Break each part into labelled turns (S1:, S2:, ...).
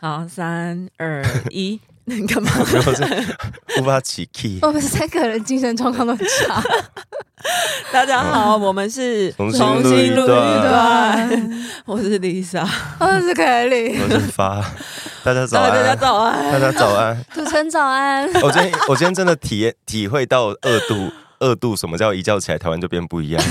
S1: 好，三二 一，你干嘛？
S2: 没有是无法起 key。
S3: 我们三个人精神状况都很 差。
S1: 大家好，我们是
S2: 重新录一
S1: 重
S2: 段
S1: 段，我是 Lisa，
S3: 我哦是凯莉，
S2: 我是发，大家早
S1: 大
S2: 安，
S1: 家早安。
S2: 大家早安。
S3: 土城早安。
S2: 我今天我今天真的体验体会到二度二度什么叫一觉起来台湾就变不一样。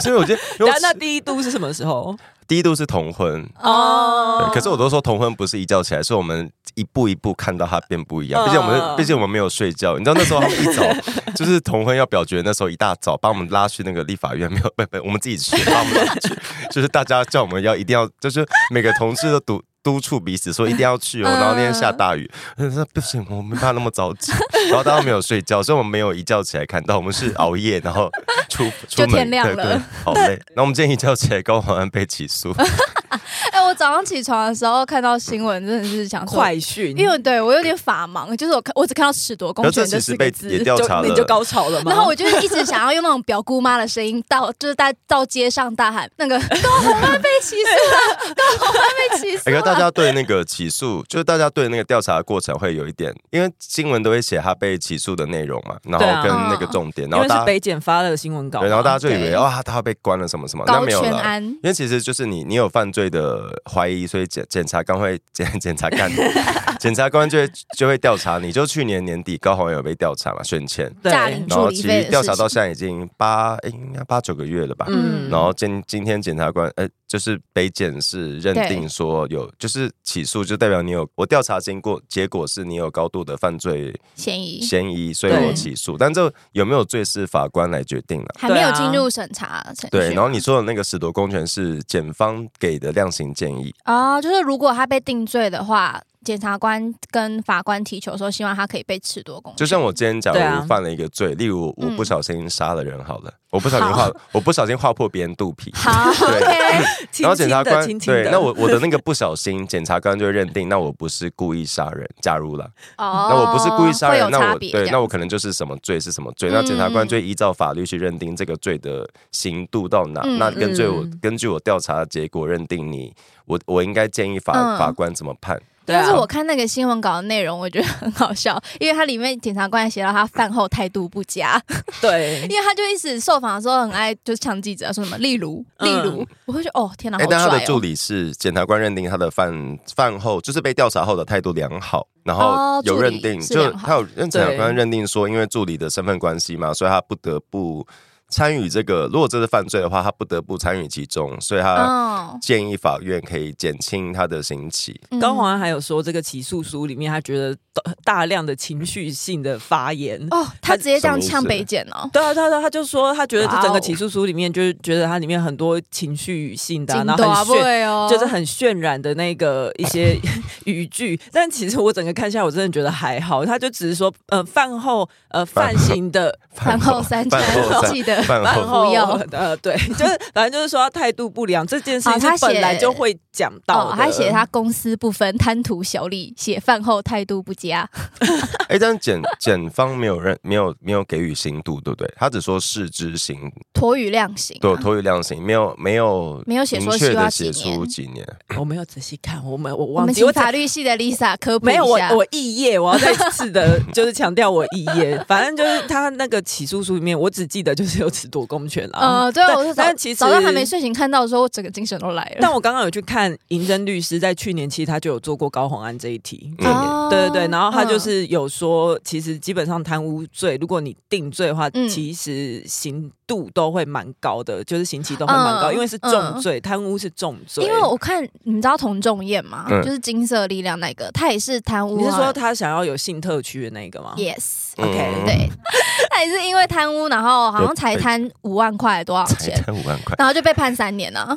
S2: 所以我觉得，因为
S1: 那
S2: 我
S1: 那第一度是什么时候？
S2: 第一度是同婚，
S1: 哦
S2: 对，可是我都说同婚不是一觉起来，是我们一步一步看到它变不一样。毕竟我
S1: 嗯
S2: 们，毕竟我们没有睡觉，你知道那时候他们一 早就是同婚要表决，那时候一大早把我们拉去那个立法院，没有，不不，我们自己去，把我们拉去， 就是大家叫我们要一定要，就是每个同事都督 督促彼此说一定要去哦。
S3: 嗯
S2: 然后那天下大雨，我说不行，我没办法那么早 起。然后大家没有睡觉，所以我们没有一觉起来看到，我们是熬夜，然后出出
S3: 就
S2: 门，
S3: 天亮
S2: 对对
S3: 了，
S2: 好累。那我们今天一觉起来，高宏安被起诉。
S3: 哎、我早上起床的时候看到新闻，真的是想说，
S1: 快讯，
S3: 因为对我有点法盲，就是我看我只看到豌夺公
S2: 然后
S3: 权
S2: 这
S3: 这
S2: 其实
S3: 四
S2: 被
S3: 个
S2: 也
S3: 字。
S2: 调
S1: 就
S2: 查了，
S1: 你就高潮了吗？
S3: 然后我就一直想要用那种表姑妈的声音到， 就是大到街上大喊那个高红安被起诉了，高红安被起诉
S2: 哎、
S3: 了
S2: 可。大家对那个起诉，就是大家对那个调查的过程会有一点，因为新闻都会写他被起诉的内容嘛，然后
S1: 对啊
S2: 跟那个重点，
S1: 因
S2: 然后
S1: 为
S2: 大
S1: 是
S2: 家
S1: 北检发的新闻稿嘛，
S2: 对，然后大家就以为
S3: 对
S2: 哇，他被关了什么什么，那
S3: 高
S2: 没有
S3: 全
S2: 了。
S3: 安，
S2: 因为其实就是你，你有犯罪的怀疑，所以检检察官会检检察 官检察官就会就会调查你。就去年年底高宏有被调查嘛，选前，
S1: 对
S3: 诈领
S2: 然
S3: 助
S2: 后
S3: 理
S2: 其
S3: 费
S2: 实
S3: 的
S2: 调
S3: 事
S2: 查
S3: 情
S2: 到现在已经八诶应该八九个月了吧，
S1: 嗯，
S2: 然后今今天检察官，呃，就是北检是认
S3: 对
S2: 定说有，就是起诉就代表你有，我调查经过结果是你有高度的犯罪
S3: 嫌疑
S2: 嫌疑，所以我起诉。但这有没有罪是法官来决定了。
S3: 还没有
S1: 对啊
S3: 进入审查程序。
S2: 对，然后你说的那个十夺公权是检方给的量刑建议，
S3: 啊、就是如果他被定罪的话，检察官跟法官提求说，希望他可以被褫夺公权。
S2: 就像我今天假
S1: 对啊
S2: 如犯了一个罪，例如我
S3: 嗯
S2: 不小心杀了人好了，我不小心划，我不小心划破别人肚皮，
S3: 好 ，OK，
S1: 轻
S2: 然后检察官
S1: 轻轻的，
S2: 对，那我我的那个不小心，检察官就会认定，那我不是故意杀人，假如了。
S3: 哦，
S2: 那我不是故意杀
S3: 会
S2: 人，
S3: 有
S2: 那
S3: 差
S2: 我
S3: 别
S2: 对，
S3: 这
S2: 那
S3: 样嗯
S2: 我可能就是什么罪是什么罪，那检察官就依照法律去认定这个罪的刑度到哪。
S3: 嗯
S2: 那根据我、
S1: 嗯
S2: 根据我调查的结果认定你，我我应该建议法、
S3: 嗯
S2: 法官怎么判？
S1: 对啊
S3: 但是我看那个新闻稿的内容，我觉得很好笑，因为它里面检察官写到他饭后态度不佳，
S1: 对
S3: 因为他就一直受访的时候很爱就是呛记者说什么，例如，
S1: 嗯
S3: 例如，我会觉得哦，天哪，好
S2: 哎但他的
S3: 拽
S2: 助
S3: 哦，
S2: 理是检察官认定他的犯犯后就是被调查后的态度良好，然后
S3: 哦
S2: 有
S3: 助理
S2: 认定，
S3: 是
S2: 就
S3: 良好
S2: 他有认检察官
S1: 对
S2: 认定说，因为助理的身份关系嘛，所以他不得不参与这个，如果这是犯罪的话，他不得不参与其中，所以他。
S3: 嗯，
S2: 建议法院可以减轻他的刑期。
S3: 嗯
S1: 高宏安还有说，这个起诉书里面，他觉得大大量的情绪性的发言。
S3: 哦，他直接这样
S2: 什么意思
S3: 呛北检哦，
S1: 对啊，对啊，对啊他就说他觉得这整
S3: 哇
S1: 个
S3: 哦
S1: 起诉书里面，就是觉得它里面很多情绪性的啊、
S3: 紧
S1: 啊然后
S3: 大
S1: 很渲，
S3: 尾哦，
S1: 就是很渲染的那个一些 语句。但其实我整个看下来，我真的觉得还好。他就只是说，呃，饭后呃 犯行的
S3: 饭后三餐
S2: 饭后三
S3: 记得
S2: 饭
S1: 饭
S2: 后
S1: 后
S3: 不要
S1: 呃对， 就是反正就是说他态度不良这件事情，
S3: 哦他
S1: 是本来
S3: 写
S1: 就会讲到的。
S3: 哦，还写他公私不分、贪图小利，写饭后态度不佳。
S2: 哎，但检检方没有认没有没有给予刑度，对不对？他只说是之刑，
S3: 托于量刑、啊
S2: 对，托于量刑，没有没有
S3: 没有写
S2: 明
S3: 说
S2: 确
S3: 需要
S2: 的
S3: 几
S2: 写出
S3: 年
S2: 几年。
S1: 我没有仔细看，我没我
S3: 我
S1: 忘
S3: 们
S1: 记我
S3: 请
S1: 只
S3: 法律系的 Lisa 科普一
S1: 没有，我
S3: 下。
S1: 我肄业，我要再次的， 就是强调我肄业。反正就是他那个起诉书里面，我只记得就是有褫夺公权啦。
S3: 呃，对啊，我是早
S1: 嗯但其实
S3: 早上还没睡醒看到的时候，我整个精神都来了。
S1: 但我刚刚有去看银针律师，在去年其实他就有做过高洪安这一题。
S2: 嗯
S3: 哦
S1: 对对对，然后他就
S3: 嗯
S1: 是有说，其实基本上贪污罪，如果你定罪的话，
S3: 嗯
S1: 其实刑度都会蛮高的，就是刑期都会蛮高，
S3: 嗯
S1: 因为是重罪，贪污是重罪。
S3: 因为我看你知道童仲彦吗？
S2: 嗯
S3: 就是金色力量那个，他也是贪污、啊。
S1: 你是说他想要有性特区的那个吗？
S3: ？Yes，
S2: 嗯
S1: OK，
S3: 对， 他也是因为贪污，然后好像才贪五万块多少
S2: 才
S3: 钱，
S2: 贪五万块，
S3: 然后就被判三年 了、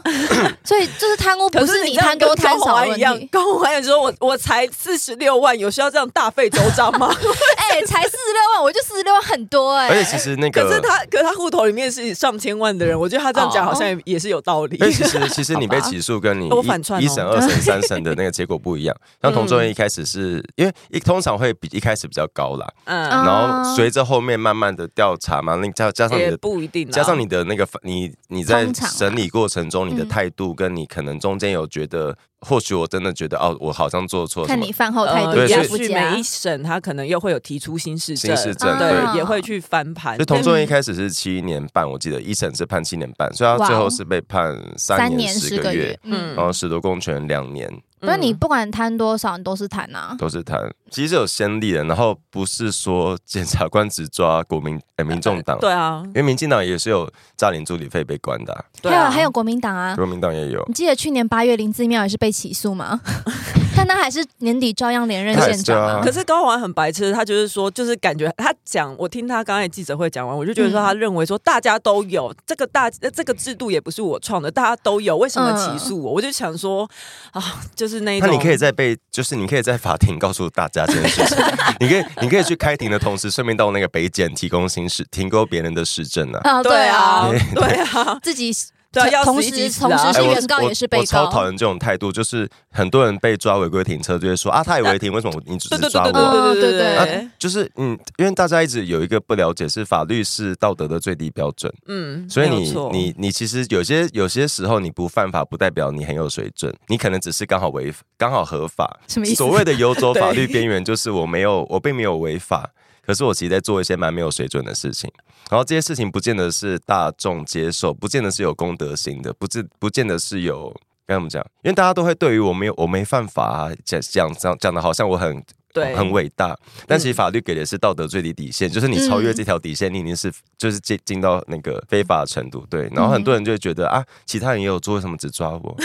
S3: 所以就是贪污不
S1: 可
S3: 是
S1: 你
S3: 你
S1: 这样
S3: 贪多
S1: 跟
S3: 贪
S1: 高
S3: 少
S1: 宏
S3: 的
S1: 安
S3: 问
S1: 一样
S3: 题，，
S1: 高宏安也说我我才四十六万，有需要这样大费周章 吗？
S3: 哎、才四十六万，我就四十六万很多哎、
S2: 而且其实那个
S1: 可是他，可是他户头里面是上千万的人，我觉得他这样讲好
S3: 哦
S1: 像也也是有道理。
S2: 因为其 实其实你被起诉跟你
S1: 我反串哦
S2: 一一审、二审、三审的那个结果不一样。像
S3: 嗯
S2: 童仲彦一开始是因为一通常会比一开始比较高啦，
S1: 嗯
S3: 啊，
S2: 然后随着后面慢慢的调查嘛，那加加上你
S1: 也
S2: 的。
S1: 不一定啦。
S2: 加上你的那个你你在
S3: 通常啊
S2: 审理过程中你的
S3: 嗯
S2: 态度，跟你可能中间有觉得，或许我真的觉得哦，我好像做错什
S3: 看
S2: 么
S3: 你，饭后哦态度
S2: 对
S1: 呃也
S3: 佳
S2: 所以
S3: 不
S1: 许
S3: 佳
S1: 每一。审他可能又会有提出新市政，
S2: 新市政
S3: 啊
S1: 对，也会去翻盘。
S2: 就童仲彦一开始是七年半，我记得一审是判七年半，所以他
S3: 哇哦
S2: 最后是被判三
S3: 三
S2: 年
S3: 年
S2: 十
S3: 十
S2: 个
S3: 个
S2: 月
S3: 月，，
S1: 嗯
S3: 嗯，
S2: 然后十多公权两年，
S3: 那、你不管贪多少，你都是贪啊。
S2: 都是他，其实有先例的。然后不是说 检察官只抓国民呃民众党，
S1: 对啊
S2: 因，为民进党也是有诈领助理费被关的啊、
S1: 对
S3: 还有
S1: 啊，
S3: 还有国民党啊，
S2: 国民党也有。
S3: 你记得去年八月林志妙也是被起诉 吗？但他还是年底照样连任县长
S2: 他还
S3: 啊
S2: 是
S1: 可。是高宏安很白痴，他就是说，就是感觉他讲，我听他刚才记者会讲完，我就觉得说，
S3: 嗯
S1: 他认为说大家都有这个大呃这个制度也不是我创的，大家都有，为什么起诉我？我就想说啊，就是那一
S2: 那
S1: 种，
S2: 你可以在被，就是你可以在法庭告诉大家这件事情， 你可以你可以去开庭的同时，顺便到那个北检提供新事，提供别人的市政啊。
S3: 啊，
S1: 对
S3: 对
S1: 啊
S3: 啊，，
S1: 对啊，
S3: 自己
S1: 对啊，要
S3: 同
S1: 死一
S3: 时
S1: 起死
S3: 同
S1: 啊
S3: 时
S2: 哎
S3: 呃是
S2: 我
S3: 原告
S2: 我
S3: 也是被
S2: 我超
S3: 告啊
S2: 讨厌这种态度，就是很多人被抓违规停车就会说啊，他也违停，为什么 你只
S1: 对
S2: 是
S1: 对
S2: 抓
S1: 对
S2: 我？
S1: 对对
S3: 啊
S1: 对，
S2: 就是嗯，因为大家一直有一个不了解，是法律是道德的最低标准。
S1: 嗯，
S2: 所以
S1: 没有
S2: 你
S1: 错
S2: 你你其实有些有些时候你不犯法，不代表你很有水准，你可能只是刚好违刚好合 法。
S3: 什么意思
S2: 所？谓的游走法律
S1: 对
S2: 边缘，就是我没有我并没有违法，可是我其实在做一些蛮没有水准的事情。然后这些事情不见得是大众接受，不见得是有公德心的，不见不见得是有。该怎么讲？因为大家都会对于我没有我没犯法、啊、讲讲讲讲的好像我很
S1: 对
S2: 哦很伟大，但
S3: 嗯
S2: 其实法律给的是道德最低底线，就是你超越这条底线，你已经是就是进进到那个非法的程度。对，然后很多人就会觉得、啊，其他人也有做，为什么只抓 我？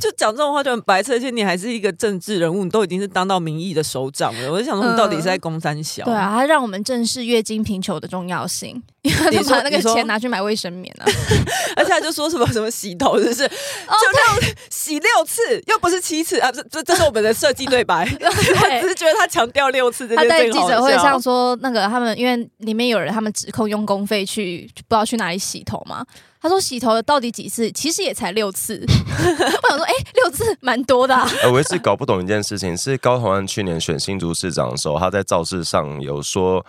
S1: 就讲这种话就很白痴，而且你还是一个政治人物，你都已经是当到民意的首长了。我就想说，你到底是在攻三小？
S3: 对，啊，他让我们正视月经贫穷的重要性，因为他
S1: 你
S3: 就
S1: 说
S3: 把那个
S1: 你说
S3: 钱拿去买卫生棉 啊。
S1: 而且他就说什么什么洗头，就是
S3: 哦
S1: 就六 洗六次，又不是七次啊！这这这是我们的设计对白，我只
S3: 对，
S1: 是觉得他强调六次这
S3: 他
S1: 件
S3: 在
S1: 事
S3: 记
S1: 情好
S3: 者会
S1: 笑
S3: 上说，那个他们因为里面有人他们指控用公费去不知道去哪里洗头嘛，他说洗头的到底几次？其实也才六次。 我想说，哎，六次蛮多的啊。
S2: 呃我一直搞不懂一件事情，是高虹安去年选新竹市长的时候，他在造势上有说。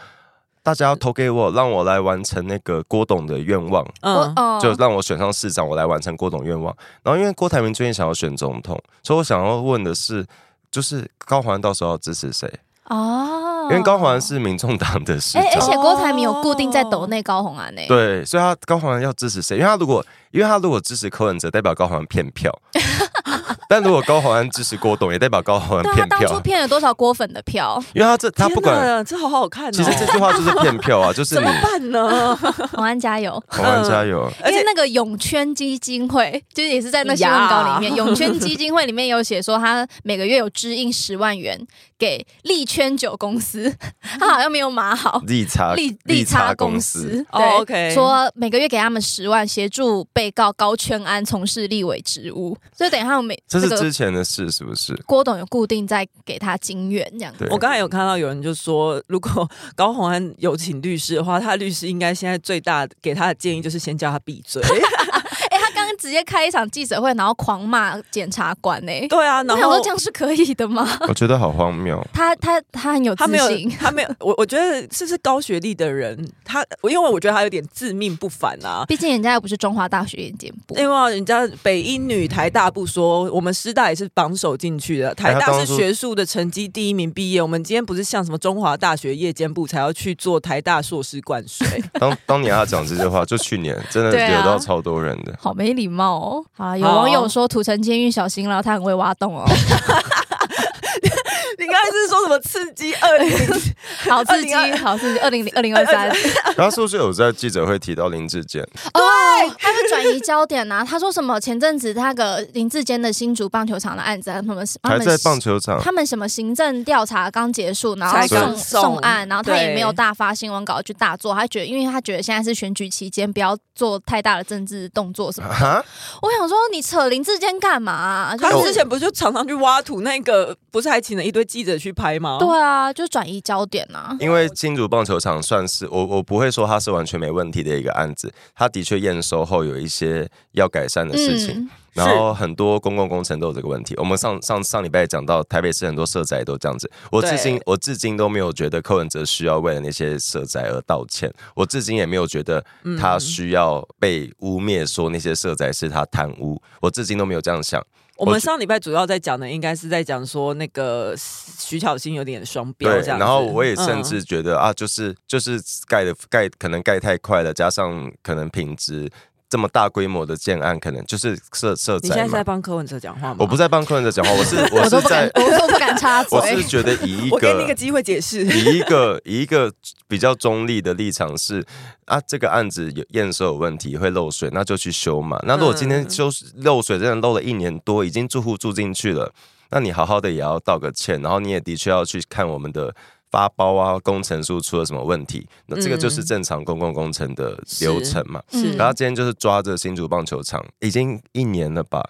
S2: 大家要投给我，让我来完成那个郭董的愿望，
S1: 嗯，
S3: 哦
S2: 就让我选上市长，我来完成郭董愿望。然后因为郭台铭最近想要选总统，所以我想要问的是，就是高虹安到时候要支持谁？
S3: 哦
S2: 因为高虹安是民众党的市
S3: 哎、而
S2: 长，
S3: 且郭台铭有固定在抖内高红安呢、
S2: 对，所以他高虹安要支持谁？因为他如果，因为他如果支持柯文哲，代表高虹安骗 票；但如果高虹安支持郭董，也代表高虹安
S3: 对啊，他
S2: 骗
S3: 当初
S2: 票。
S3: 骗了多少郭粉的 票？
S2: 因为他这他
S1: 天
S2: 不管，
S1: 哪这好好看哦，
S2: 其实这句话就是骗票啊，就是
S1: 怎
S2: 你
S1: 么办呢？
S3: 红安加油！
S2: 红安加油。
S1: 而
S3: 因为
S1: 且
S3: 那个涌圈基金会，就是也是在那新闻稿里面，
S1: 呀
S3: 涌圈基金会里面有写说，他每个月有支应十万元给利圈酒公司， 他好像没有码好。
S2: 利差
S3: 利利差啊公司，
S1: 哦
S3: 对
S1: OK
S3: 说每个月给他们十万，协助被告高圈安从事立委职务，所以等于他们每
S2: 这
S3: 那
S2: 是
S3: 个
S2: 之前的事，是不是？
S3: 郭董有固定在给他金元这样子
S2: 对。
S1: 我刚才有看到有人就说，如果高洪安有请律师的话，他律师应该现在最大给他的建议就是先叫他闭嘴。
S3: 哎、他刚刚直接开一场记者会，然后狂骂检察官呢、欸。
S1: 对啊，
S3: 我
S1: 然
S3: 想
S1: 后
S3: 说这样是可以的吗？
S2: 我觉得好 荒谬。
S3: 他他他很有自
S1: 他没有
S3: 信，，
S1: 他没有，我我觉得是不是高学历的人，他因为我觉得他有点自命不凡啊。
S3: 毕竟人家又不是中华大学夜间部。
S1: 因为人家北一女台大不说，我们师大也是榜首进去的。台大
S2: 哎当
S1: 是
S2: 初
S1: 学术的成绩第一名毕业。我们今天不是像什么中华大学夜间部才要去做台大硕士灌 水，
S2: 当当年他讲这句话，就去年真的
S3: 对啊
S2: 惹到超多人的。
S3: 好没礼貌哦！好啊，有
S1: 好
S3: 网友说土城监狱小心了，他很会挖洞哦。
S1: 你刚是说什么刺激二 零零
S3: 好刺激，好刺激！二零 二零二三，
S2: 然后是不是有在记者会提到林志坚？
S3: 对，他会转移焦点呐、啊。他说什么？前阵子那个林志坚的新竹棒球场的案子，他们他
S2: 还
S3: 们
S2: 在棒球场？
S3: 他们什么行政调查刚结束，然后
S1: 才
S2: 刚
S3: 送
S1: 送
S3: 送案，然后他也
S1: 对
S3: 没有大发新闻稿去大做，他觉得因为他觉得现在是选举期间，不要做太大的政治动作什么。
S2: 啊？
S3: 我想说，你扯林志坚干嘛、啊就
S1: 他
S3: 是
S1: 之前不是就常常去挖土那个，不是还请了一堆记者去拍吗？
S3: 对啊，就转移焦点啊呐、
S2: 因为金竹棒球场算是我我不会说它是完全没问题的一个案子，它的确验收后有一些要改善的事情，
S3: 嗯，
S2: 然后很多公共工程都有这个问题。我们上上上礼拜也讲到台北市很多社宅都这样子，我至今
S1: 对
S2: 我至今都没有觉得柯文哲需要为了那些社宅而道歉，我至今也没有觉得他需要被污蔑说那些社宅是他贪污，我至今都没有这样想。
S1: 我
S2: 我
S1: 们
S2: 觉
S1: 上礼拜主要在讲的，应该是在讲说那个徐巧芯有点双标
S2: 对，
S1: 这样子。
S2: 然后我也甚
S1: 嗯
S2: 至觉得、啊，就是就是盖的盖可能盖太快了，加上可能品质这么大规模的建案，可能就是社社
S1: 你现
S2: 宅
S1: 在是
S2: 嘛
S1: 在。帮柯文哲讲话吗？
S2: 我不是在帮柯文哲讲话，我 是我
S3: 我都
S2: 是
S3: 不敢
S2: 在，
S3: 我都不敢插嘴
S2: 我。是觉得以一
S1: 我给你一个
S2: 个
S1: 机会解释。
S2: 以一个以一个比较中立的立场是啊，这个案子有验收有问题，会漏水，那就去修嘛。那如果今天
S1: 嗯
S2: 修漏水真的漏了一年多，已经住户住进去了，那你好好的也要道个歉，然后你也的确要去看我们的。发包啊，工程书出了什么问题？那这个就是
S1: 嗯
S2: 正常公共工程的流程嘛。
S3: 是
S2: 然后今天就是抓着新竹棒球场，已经一年了吧，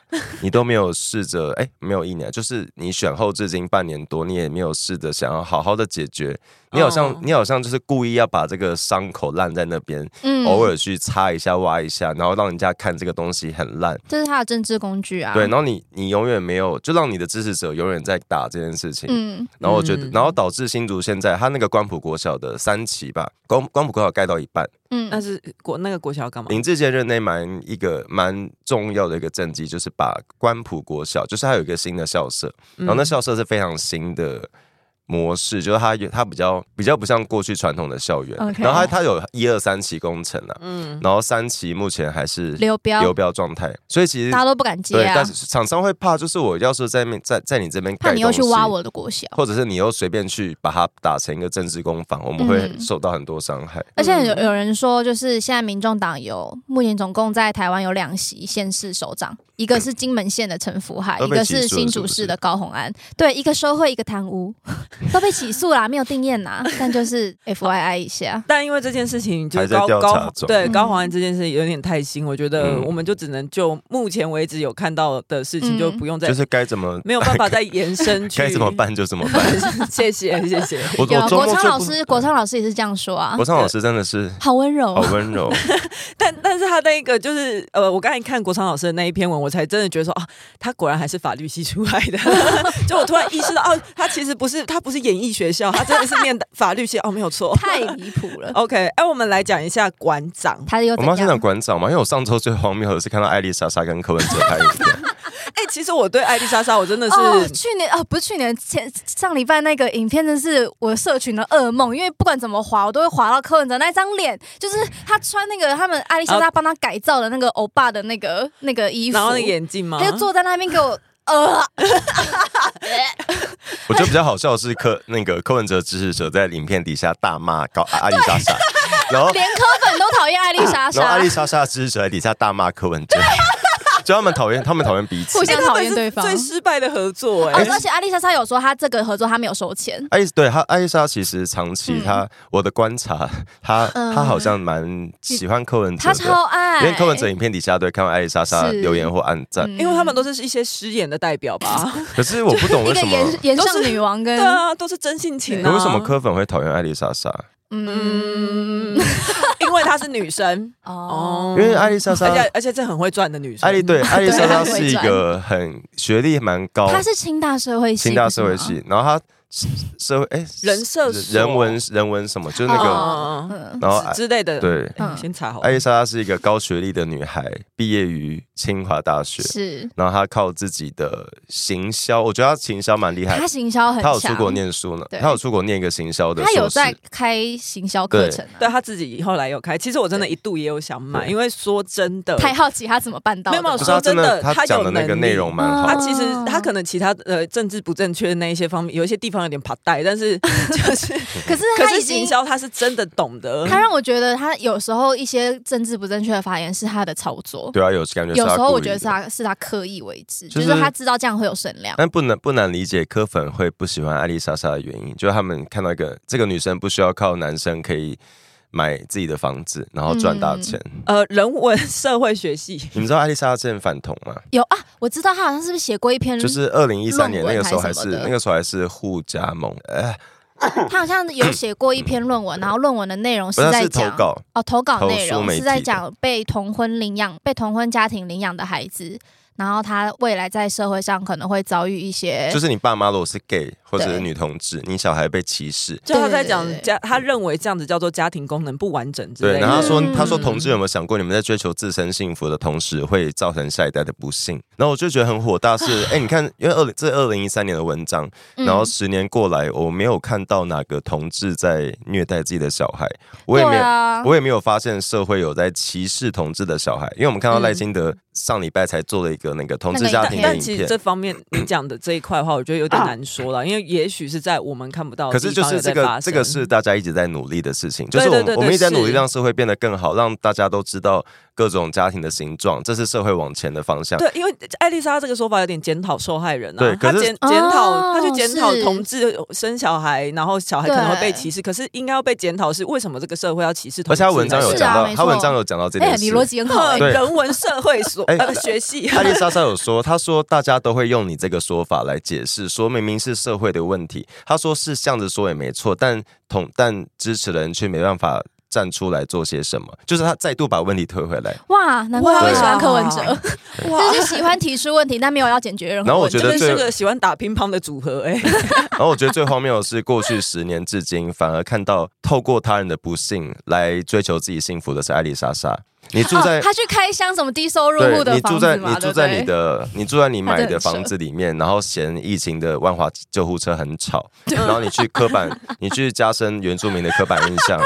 S2: 你都没有试着，哎，没有一年，就是你选后至今半年多，你也没有试着想要好好的解决，你好像、
S1: 哦
S2: 你好像就是故意要把这个伤口烂在那边，
S3: 嗯
S2: 偶尔去擦一下、挖一下，然后让人家看这个东西很烂，
S3: 这是他的政治工具啊。
S2: 对，然后你你永远没有，就让你的支持者永远在打这件事情，
S3: 嗯，
S2: 然后我觉得，
S1: 嗯
S2: 然后导致新竹现在他那个光谱国小的三期吧，光光谱国小盖到一半。
S3: 嗯
S1: 那是国那个国小要干嘛？
S2: 林志坚任内蛮一个蛮重要的一个政绩，就是把关埔国小，就是它有一个新的校舍，
S3: 嗯
S1: 嗯
S2: 然后那校舍是非常新的模式，就是它有它比较比较不像过去传统的校园
S3: OK
S2: 然后它它有一二三期工程啊，
S1: 嗯，
S2: 然后三期目前还是
S3: 流标，
S2: 流标状态，所以其实
S3: 大家都不敢接
S2: 对，
S3: 啊
S2: 但，是厂商会怕，就是我要是在面在在你这边
S3: 怕
S2: 盖
S3: 你又去
S2: 东西
S3: 挖我的国小。
S2: 或者是你又随便去把它打成一个政治攻防，我们会
S3: 嗯
S2: 受到很多伤害。
S3: 而且有有人说，就是现在民众党有目前总共在台湾有两席县市首长，一个是金门县的陈福海，
S2: 都
S3: 一
S2: 被
S3: 个
S2: 起诉了
S3: 是新竹市的高虹安。对，一个收贿，一个贪 污，都被起诉啦，没有定验啦，但就是 F Y I 一下。
S1: 但因为这件事情，就
S2: 还
S1: 是
S2: 在
S1: 高
S2: 调查
S1: 高
S2: 中
S1: 对
S3: 嗯
S1: 高黄安这件事有点太新，我觉得
S2: 嗯
S1: 我们就只能就目前为止有看到的事
S3: 嗯
S1: 情，就不用再
S2: 就是该怎么
S1: 没有办法再 延伸去
S2: 该怎么。 办就怎么办。
S1: 谢谢 谢谢，
S2: 我
S3: 有啊
S2: 我周
S3: 国
S2: 末
S3: 昌
S2: 就
S3: 老
S2: 不嗯
S3: 师，国昌老师也是这样说啊
S2: 国，昌老师真的 是
S3: 好温柔
S2: 好
S3: 啊。
S2: 温柔，
S1: 但但是他那个就是呃，我刚才看国昌老师的那一篇文，我才真的觉得说啊，他果然还是法律系出来的。 就我突然意识到，哦、他其实不是他不是演艺学校，他真的是念法律系哦，没有 错。
S3: 太离谱 了。
S1: OK，哎、我们来讲一下馆长。
S3: 他又
S2: 我
S3: 怎
S2: 们要先讲
S3: 样？
S2: 馆长嘛，因为我上周最荒谬的是看到艾丽莎莎跟柯文哲拍影片，
S1: 哎、其实我对艾丽莎莎，我真的是、
S3: 哦，去年哦，不是去年前上礼拜那个影片，真是我社群的噩梦，因为不管怎么滑，我都会滑到柯文哲那张脸，就是他穿那个他们艾丽莎莎帮他改造的那个欧巴的那 个那个衣服，
S1: 然后那个眼镜吗？
S3: 他就坐在那边给我。呃，
S2: 我觉得比较好笑的是柯那个柯文哲支持者在影片底下大骂高艾丽莎莎，然后
S3: 连柯粉都讨厌艾丽莎
S2: 然后
S3: 莎
S2: 艾丽，莎莎的支持者在底下大骂柯文 哲，就他们讨厌他们讨厌彼此
S3: 互。
S1: 哎
S3: 相
S1: 他
S3: 讨
S1: 们
S3: 厌
S1: 是
S3: 对方。
S1: 最失败的合作哎、
S3: 哦而且艾丽莎莎有说，她这个合作她没有收钱，
S2: 艾对她艾丽莎其实长期她、我的观察，她
S3: 嗯
S2: 她好像蛮喜欢柯文哲
S3: 她
S2: 的，
S3: 超爱。
S2: 因为柯文哲影片底下都会看到艾丽莎莎
S3: 是
S2: 留言或暗赞，
S3: 嗯
S1: 因为他们都是一些失言的代表吧？
S2: 可是我不懂为
S3: 一个
S2: 什么
S3: 演演
S1: 都
S3: 上
S1: 是
S3: 女王跟
S1: 对啊，都是真性情啊。
S2: 那为什么柯粉会讨厌艾丽莎莎？
S3: 嗯
S1: 嗯，因为她是女生
S3: 哦
S1: 哦，
S2: 因为艾丽莎莎
S1: 而，且而且这很会赚的女生，
S2: 艾 丽对艾丽莎 莎是一
S3: 她很会
S2: 个很学历蛮高，
S3: 她是清大社会系，
S2: 哦清大社会
S3: 不是吗，
S2: 系，然后她社会哎
S1: 人设所
S2: 人文人文什么，就是那个，
S1: 哦
S3: 嗯，
S2: 然后
S1: 之之类的。
S2: 对。
S1: 哎，
S3: 嗯
S1: 先查好。
S2: 艾丽莎莎是一个高学历的女孩，毕业于清华大学，
S3: 是
S2: 然后她靠自己的行销，我觉得她行销蛮厉害
S3: 她，行销很
S2: 她
S3: 强，
S2: 有出国念书呢，
S3: 对
S2: 她有出国念一个行销的
S3: 他有
S2: 硕士
S3: 在，开行销课程、啊，
S1: 对他自己后来有开，其实我真的一度也有想买，
S2: 对
S1: 因为说真的，
S3: 太好奇他怎么办到的。
S1: 呃没有没有
S2: 就是她真
S1: 说真的
S2: 她
S1: 她有
S2: 讲的那个
S1: 能力嗯
S2: 内容蛮好
S1: 他
S2: 的，
S1: 其实
S3: 哦
S1: 他可能其他呃政治不正确的那一些方面，有一些地方有点怕带，但是 就是
S3: 可是
S1: 可
S3: 他
S1: 是
S3: 已
S1: 行
S3: 经，
S1: 销他是真的懂得，
S3: 他让我觉得他有时候一些政治不正确的发言是他的操作，
S2: 对啊，有感觉是
S3: 有
S2: 他
S3: 时候
S2: 故
S3: 我
S2: 意
S3: 觉得是
S2: 的
S3: 他是他刻意为之，
S2: 就
S3: 就是是他知道这样会有声量。
S2: 但不能不难理解柯粉会不喜欢艾丽莎莎的原因，就是他们看到一个这个女生不需要靠男生可以买自己的房子，然后赚大钱。
S3: 嗯
S1: 呃，人文社会学系，
S2: 你们知道艾丽莎莎之前反同吗？
S3: 有啊，我知道他好像是不是写过一篇，
S2: 就是二零一三年那个时候还
S3: 嗯论文还是
S2: 是
S3: 什么的
S2: 那个时候还是互加盟，哎、
S3: 他好像有写过一篇论文，然后论文的内容
S2: 不
S3: 是
S2: 是
S3: 在
S2: 是投
S3: 讲
S2: 稿，
S3: 哦，投稿内
S2: 投诉
S3: 容
S2: 媒体
S3: 是
S2: 的
S3: 在讲被同婚领养、被同婚家庭领养的孩子，然后他未来在社会上可能会遭遇一些，
S2: 就是你爸妈如果是 gay 或者是
S3: 对
S2: 女同志，你小孩被歧视。
S1: 就他在讲
S3: 对对对
S1: 家，他认为这样子叫做家庭功能不完整之类
S2: 对，
S1: 的。
S2: 然后他说
S3: 嗯
S2: 他说同志有没有想过，你们在追求自身幸福的同时，会造成下一代的不幸？然后我就觉得很火大是，哎，你看，因为二零这二零一三年的文章，
S3: 嗯
S2: 然后十年过来，我没有看到哪个同志在虐待自己的小孩，我也没
S3: 对
S2: 有，
S3: 啊，
S2: 我也没有发现社会有在歧视同志的小孩，因为我们看到赖清德上礼拜才做了一个那个同志家庭的
S1: 但
S2: 影
S1: 其实
S2: 片。
S1: 这方面你讲的这一块的话，我觉得有点难说了，因为也许是在我们看不到
S2: 啊可
S1: 的
S2: 是
S1: 地
S2: 就
S1: 方有
S2: 是这
S1: 在
S2: 个
S1: 发生，
S2: 这个是大家一直在努力的事情，就是我
S1: 对
S2: 们
S1: 对对
S2: 我们一直在努力
S1: 是
S2: 让社会变得更好，让大家都知道各种家庭的形状，这是社会往前的方
S3: 嗯
S2: 向。
S1: 对，因为艾丽莎这个说法有点检讨受害人啊，
S2: 对可
S1: 她
S2: 是
S1: 检检讨，
S3: 哦
S1: 她去检讨
S3: 是
S1: 同志生小孩，然后小孩可能会被
S3: 对
S1: 歧视，可是应该要被检讨是为什么这个社会要歧视同
S2: 而
S1: 志
S2: 且
S1: 呢？
S2: 他文章有
S3: 是
S2: 讲
S3: 啊
S2: 到，
S3: 没
S2: 他
S3: 错
S2: 文章有讲到这
S3: 哎、
S2: 件事。
S3: 你逻辑很好、
S1: 呵
S3: 哎，
S2: 对
S1: 人文社会所
S2: 哎
S1: 呃学系，
S2: 艾丽莎莎有说，她说大家都会用你这个说法来解释，说明明是社会的问题。她说是这样子说也没错，但同但支持的人却没办法站出来做些什么，就是她再度把问题推回来。
S3: 哇，难怪他会喜欢柯文哲
S1: 哇，
S3: 就，是喜欢提出问题，但没有要解决任何问题。
S2: 然后我觉
S1: 真
S2: 得
S1: 的
S2: 最
S1: 是个喜欢打乒乓的组合哎、
S2: 然后我觉得最荒谬的是，过去十年至今，反而看到透过他人的不幸来追求自己幸福的是艾丽莎莎。你住在、
S3: 哦、他去开箱什么低收入户
S2: 对
S3: 的
S2: 你
S3: 房
S2: 住
S3: 子
S2: 在
S3: 嘛，
S2: 你
S3: 对
S2: 住
S3: 不
S2: 在
S3: 对
S2: 你的你住在你买
S3: 真的
S2: 的
S3: 很
S2: 房
S3: 扯
S2: 子里面，然后嫌疫情的万华救护车很吵，然后你去刻板，你去加深原住民的刻板印象，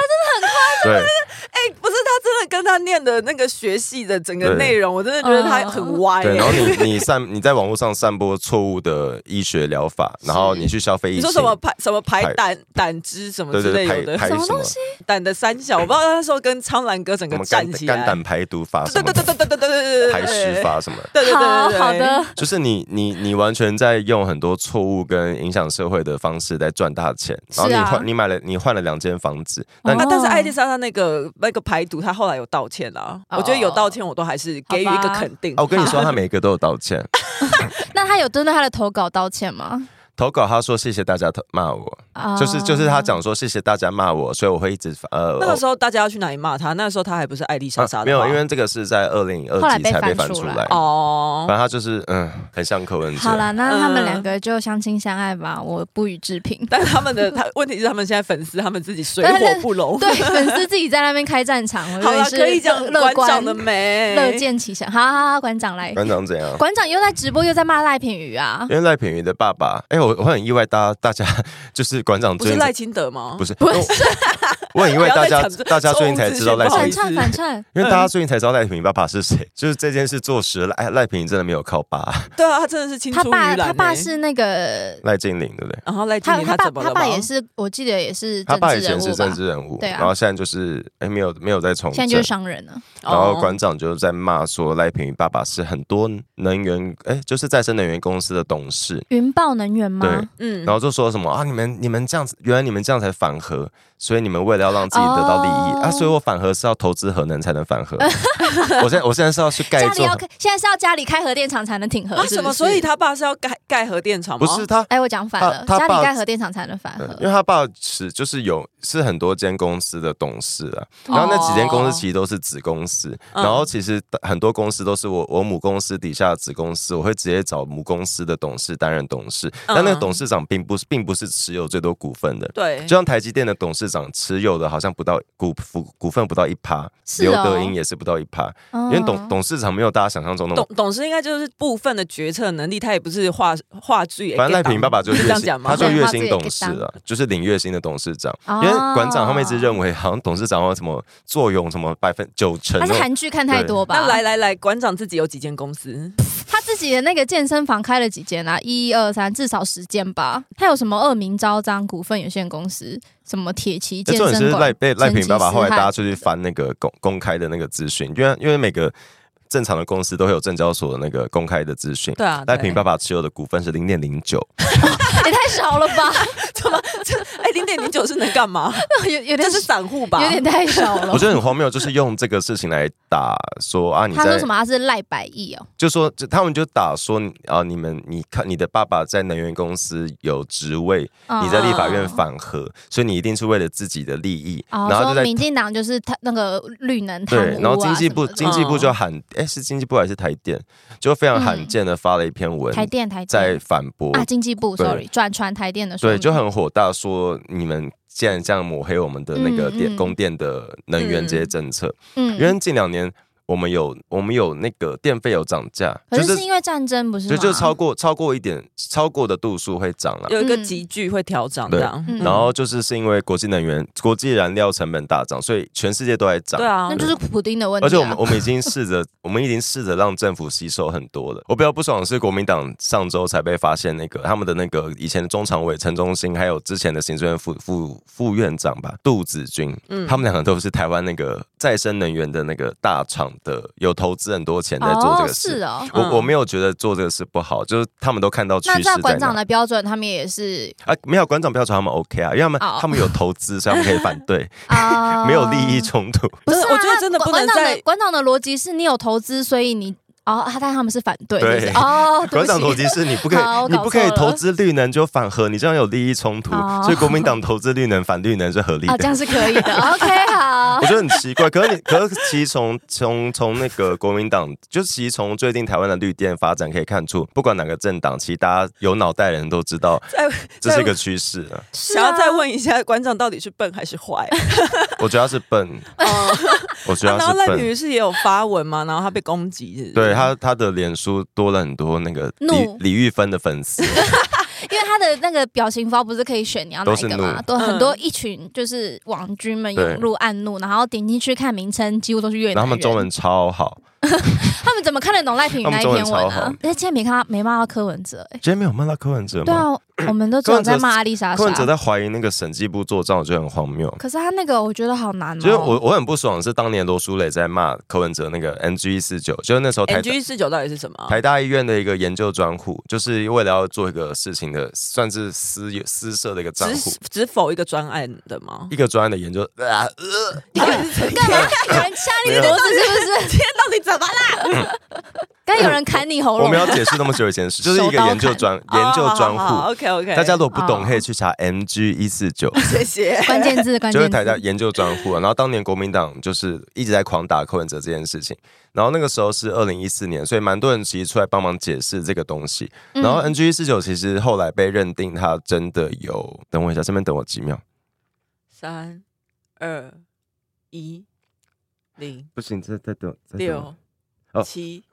S2: 他真的很
S1: 不是他真的跟他念的那个学系的整个
S2: 对
S1: 内容，我真的觉得他很歪、
S2: 对对，然后
S1: 欸。
S2: 你你散你在网络上散播错误的医学疗法，然后你去消费疫
S1: 你
S2: 情，
S1: 说什么排什么排
S2: 排
S1: 胆胆汁什么
S2: 对
S1: 之
S2: 对
S1: 类有
S2: 排
S1: 的
S2: 排
S3: 什么
S2: 什么
S3: 东西
S1: 胆的三小，我不知道他那时候跟苍兰哥
S2: 什
S1: 整个
S2: 么肝
S1: 站起来，
S2: 肝胆排毒法什
S1: 对
S2: 么
S1: 对对对对对对对对，
S2: 排石，法什么的。
S1: 对对对
S3: 好
S1: 对对，
S3: 好的，
S2: 就是你你你完全在用很多错误跟影响社会的方式在赚大钱，然后你
S3: 是啊
S2: 换、你买了你换了两间房子，那你、
S1: 啊，但是艾丽莎莎那个那个排毒，她后来有道歉啦。
S3: 哦
S1: 我觉得有道歉，我都还是给予一
S3: 好
S1: 个
S3: 吧
S1: 肯定。
S2: 啊我跟你 说，他每个都有道歉，
S3: 那他有针对他的投稿道歉吗？
S2: 投稿他说谢谢大家投骂我，
S1: 哦
S3: 啊
S2: 就是就是他讲说谢谢大家骂我，所以我会一直发呃
S1: 那个时候大家要去哪里骂她？那个时候她还不是艾丽莎莎
S2: 啊
S1: 的
S2: 没有，
S1: 话
S2: 因为这个是在二零
S3: 后
S2: 二
S3: 来
S2: 几
S3: 被
S2: 才被
S3: 翻
S2: 翻出
S3: 出
S2: 来
S3: 来，
S2: 反
S1: 哦，
S2: 正他就是嗯，很像柯文哲
S3: 好。啦，那他们
S1: 嗯
S3: 两个就相亲相爱吧，我不予置评。
S1: 但他们的他问题是他们现在粉丝他们自己水火不容。
S3: 对， 粉丝自己在那边开战场，我
S1: 好
S3: 也
S1: 了，
S3: 是
S1: 可以讲
S3: 乐
S1: 馆
S3: 观
S1: 长的美
S3: 乐见其成。好好好，馆长来，
S2: 馆长怎样？
S3: 馆长又在直播又在骂赖品妤啊
S2: 因，为赖品妤的爸爸，哎、我我很意外，大家大家就是馆长
S1: 不
S2: 最
S1: 是
S2: 近
S1: 赖清德吗？
S2: 不是
S1: 是，
S2: 不是，我很意外，大
S1: 不要再
S2: 家
S1: 讲这
S2: 大家最近才知道赖
S1: 不好
S2: 清
S3: 反
S1: 意思嗯
S3: 串反串，
S2: 因为大家最近才知道赖品妤爸爸是谁， 就是这件事坐实了，哎，赖品妤真的没有靠爸，
S1: 对啊，他真的是青
S3: 他
S1: 出于
S3: 爸
S1: 蓝欸。
S3: 他爸是那个
S2: 赖静玲对不对？
S1: 然后赖清
S3: 他
S1: 德
S3: 他
S1: 怎
S3: 爸他
S1: 么了吗？
S3: 爸也是，我记得也是
S2: 他
S3: 政
S2: 爸
S3: 治
S2: 以前
S3: 人
S2: 是
S3: 物
S2: 政
S3: 吧，
S2: 治人物，
S3: 对啊
S2: 然后现在就是哎没有没有在从
S3: 现在
S2: 政，
S3: 就是商人了。
S2: 然后
S1: 哦
S2: 馆长就在骂说赖品妤爸爸是很多能源哎就是再生能源公司的董事，
S3: 云豹能源吗？
S2: 对
S1: 嗯
S2: 然，后就说什么啊你们你们这样子，原来你们这样才反核，所以你们为了要让自己得到利益、
S3: 哦
S2: 啊，所以我反核是要投资核能才能反核， 我现在我现在是要去盖一
S3: 家里
S2: 座
S3: 要，开，现在是要家里开核电厂才能挺核，
S1: 啊
S3: 是不是
S1: 什么？所以他爸是要盖盖核电厂吗？
S2: 不是他
S3: 哎，我讲反了，
S2: 他他
S3: 家
S2: 爸
S3: 里盖核电厂才能反
S2: 对
S3: 核
S2: 嗯因。为他爸是就是有是很多间公司的董事啊，然后那几间公司其实都是子公司，
S1: 嗯
S2: 然后其实很多公司都是我我母公司底下的子公司，我会直接找母公司的董事担任董事，但那个董事长并不是并不是持有最多股份的。
S1: 对
S2: 就，像台积电的董事长持有的，好像不到股股股份不到一趴，
S3: 是哦哦
S2: 刘德英也是不到一趴，因
S3: 因
S2: 为董董事长没有大家想象中那
S1: 董
S2: 么，
S1: 董事应该就是部分的决策能力，他也不是话话剧。
S2: 反正赖品妤 爸爸就是
S1: 这
S2: 月
S1: 样
S2: 薪
S1: 讲，吗？
S2: 他就
S3: 对
S2: 月
S3: 他自
S2: 薪
S3: 己也
S2: 董
S3: 可以
S2: 事
S3: 当哦
S2: 啊，就是领月薪的董事长。
S3: 因
S2: 因为馆长他们一直认为，好像董事长有什么坐拥什么百分九成
S3: 他
S2: 那
S3: 是
S2: 种，
S3: 韩剧看太多吧？
S1: 那来来来，馆长自己有几间公司？
S3: 他自己的那个健身房开了几间啊？一二三，至少十间吧。还有什么恶名昭彰股份有限公司，什么铁骑健
S2: 这哎种是
S3: 身
S2: 赖
S3: 馆，
S2: 被赖
S3: 成
S2: 品
S3: 吉
S2: 爸爸
S3: 思
S2: 后来大
S3: 汗
S2: 家就去翻那个公公开的那个资讯，因为因为每个正常的公司都会有证交所的那个公开的资讯。
S1: 对啊，
S2: 赖
S1: 对
S2: 品爸爸持有的股份是零点零九，
S3: 也太少了吧？
S1: 哎，零点零九是能干嘛？
S3: 啊有有点
S1: 这是散户吧？
S3: 有点太少了
S2: 我。觉得很荒谬，就是用这个事情来打说啊，你
S3: 他
S2: 在
S3: 说什么？他是赖百亿哦，
S2: 就说就他们就打说啊，你们你看你的爸爸在能源公司有职位，你在
S3: 嗯
S2: 立法院反核，所以你一定是为了自己的利益，
S3: 哦，
S2: 然后就
S3: 说
S2: 在
S3: 民进党就是他那个绿能贪污
S2: 对
S3: 啊，
S2: 然后经济部
S3: 什么的
S2: 经济部就喊，哎、是经济部还是台电，就非常罕
S3: 嗯
S2: 见的发了一篇文，
S3: 台电台
S2: 在
S3: 电
S2: 反驳，
S3: 啊，经济部
S2: 对
S3: sorry 转传台电的说嗯
S2: 对，
S3: 明，
S2: 就很火大说你们。既然这样抹黑我们的那个
S3: 嗯
S2: 电、
S3: 嗯
S2: 供电的能源这些政策，
S3: 嗯
S2: 因为近两年我们有我们有那个电费有涨价，
S3: 可
S2: 就是是
S3: 是因为啊战争不是
S2: 就
S3: 吗？
S2: 就超过超过一点超过的度数会涨了。
S1: 有一个
S3: 嗯
S1: 集聚会调涨
S2: 对
S1: 这样，
S3: 嗯
S2: 然后就是是因为国际能源、国际燃料成本大涨，所以全世界都在涨。
S1: 对啊
S3: 那，就是普丁的问题啊。
S2: 而且我们我们已经试着，我们已经试着让政府吸收很多了。我比较不爽的是，国民党上周才被发现那个他们的那个以前的中常委陈忠兴，还有之前的行政院副副副院长吧杜子君，
S1: 嗯
S2: 他们两个都是台湾那个再生能源的那个大厂的，有投资很多钱在做这
S3: 哦是
S2: 个事。
S3: 哦，
S1: 嗯
S2: 我我没有觉得做这个事不好，就是他们都看到趋
S3: 那
S2: 势在
S3: 照馆
S2: 哪
S3: 长。的标准，他们也 是
S2: 啊，没有馆长票传他们 OK 啊，因为他们、
S3: 哦
S2: 他们有投资，所以他们可以反对，
S3: 啊
S2: 没有利益冲突。
S3: 不是啊，
S1: 我觉得真的不能
S3: 馆长的
S1: 再
S3: 馆长的逻辑是你有投资，所以你哦，他但他们是反对，
S2: 对
S3: 是不是哦， 对不
S2: 馆长
S3: 起
S2: 逻辑是你不可
S3: 好我
S2: 以，
S3: 搞
S2: 你不可以
S3: 错了
S2: 投资绿能就反核，你这样有利益冲突，
S3: 哦
S2: 所以国民党投资绿能反绿能是合 理
S3: 啊，这
S2: 的。
S3: 样是可以的，OK，好
S2: 我，觉得很奇怪，可是你，可是其实从从从那个国民党，就是其实从最近台湾的绿电发展可以看出，不管哪个政党，其实大家有脑袋的人都知 道
S1: 再
S2: 这是一个趋势啊。
S1: 想要再问一下馆长到底是笨还是坏？
S2: 我觉得他是笨， 我觉得
S1: 啊然
S2: 他
S1: 后
S2: 是
S1: 赖品
S2: 笨。
S1: 妤是也有发文嘛，然后他被攻击是不是，
S2: 对他，他的脸书多了很多那个李
S3: 怒
S2: 李玉芬的粉丝，
S3: 因为他的那个表情包不是可以选你要哪一个
S2: 都是
S3: 嘛，
S2: 怒
S3: 都很多一群就是网军们
S2: 对
S3: 涌入暗怒，然后点进去看名称，几乎都是越
S2: 然后
S3: 南
S2: 他们中文超好，
S3: 他们怎么看得懂赖品妤
S2: 他们
S3: 那一
S2: 中文
S3: 篇文
S2: 超好
S3: 啊？那今天没看他没骂到柯文哲，哎，
S2: 今天没有骂到柯文哲吗？
S3: 对啊，我们都只有在骂阿丽莎
S2: 柯文哲
S3: 莎，
S2: 在怀疑那个审计部做账，我觉得很荒谬。
S3: 可是他那个我觉得好难哦，
S2: 就是我我很不爽的是当年罗淑蕾在骂柯文哲那个 NG 四九，就是那时候台大
S1: NG 四九到底是什么？
S2: 台大医院的一个研究专户，就是为了要做一个事情的，算是私私设的一个账户
S1: 只，只否一个专案的吗？
S2: 一个专案的研究啊呃，
S3: 干嘛 有人掐你脖子是不是？今天到底怎么啦？刚有人砍你喉
S2: 我
S3: 咙
S2: 们，要解释那么久以前 的事，就是一个研究专研究专户。
S1: ，OK OK，
S2: 大家如果不懂，
S3: 哦
S2: 可以去查 MG 一四九，
S1: 谢谢。
S3: 关键 字关
S2: 就是
S3: 键
S2: 台大
S3: 字。
S2: 研究专户啊、然后当年国民党就是一直在狂打柯文哲这件事情，然后那个时候是二零一四年，所以蛮多人其实出来帮忙解释这个东西。
S1: 嗯
S3: 嗯
S2: 然后嗯 NG 四九其实后来被认定他真的有，等我一下，这边等我几秒，
S1: 三二一零
S2: 不行，再再等再
S1: 六
S2: 哦
S1: 七，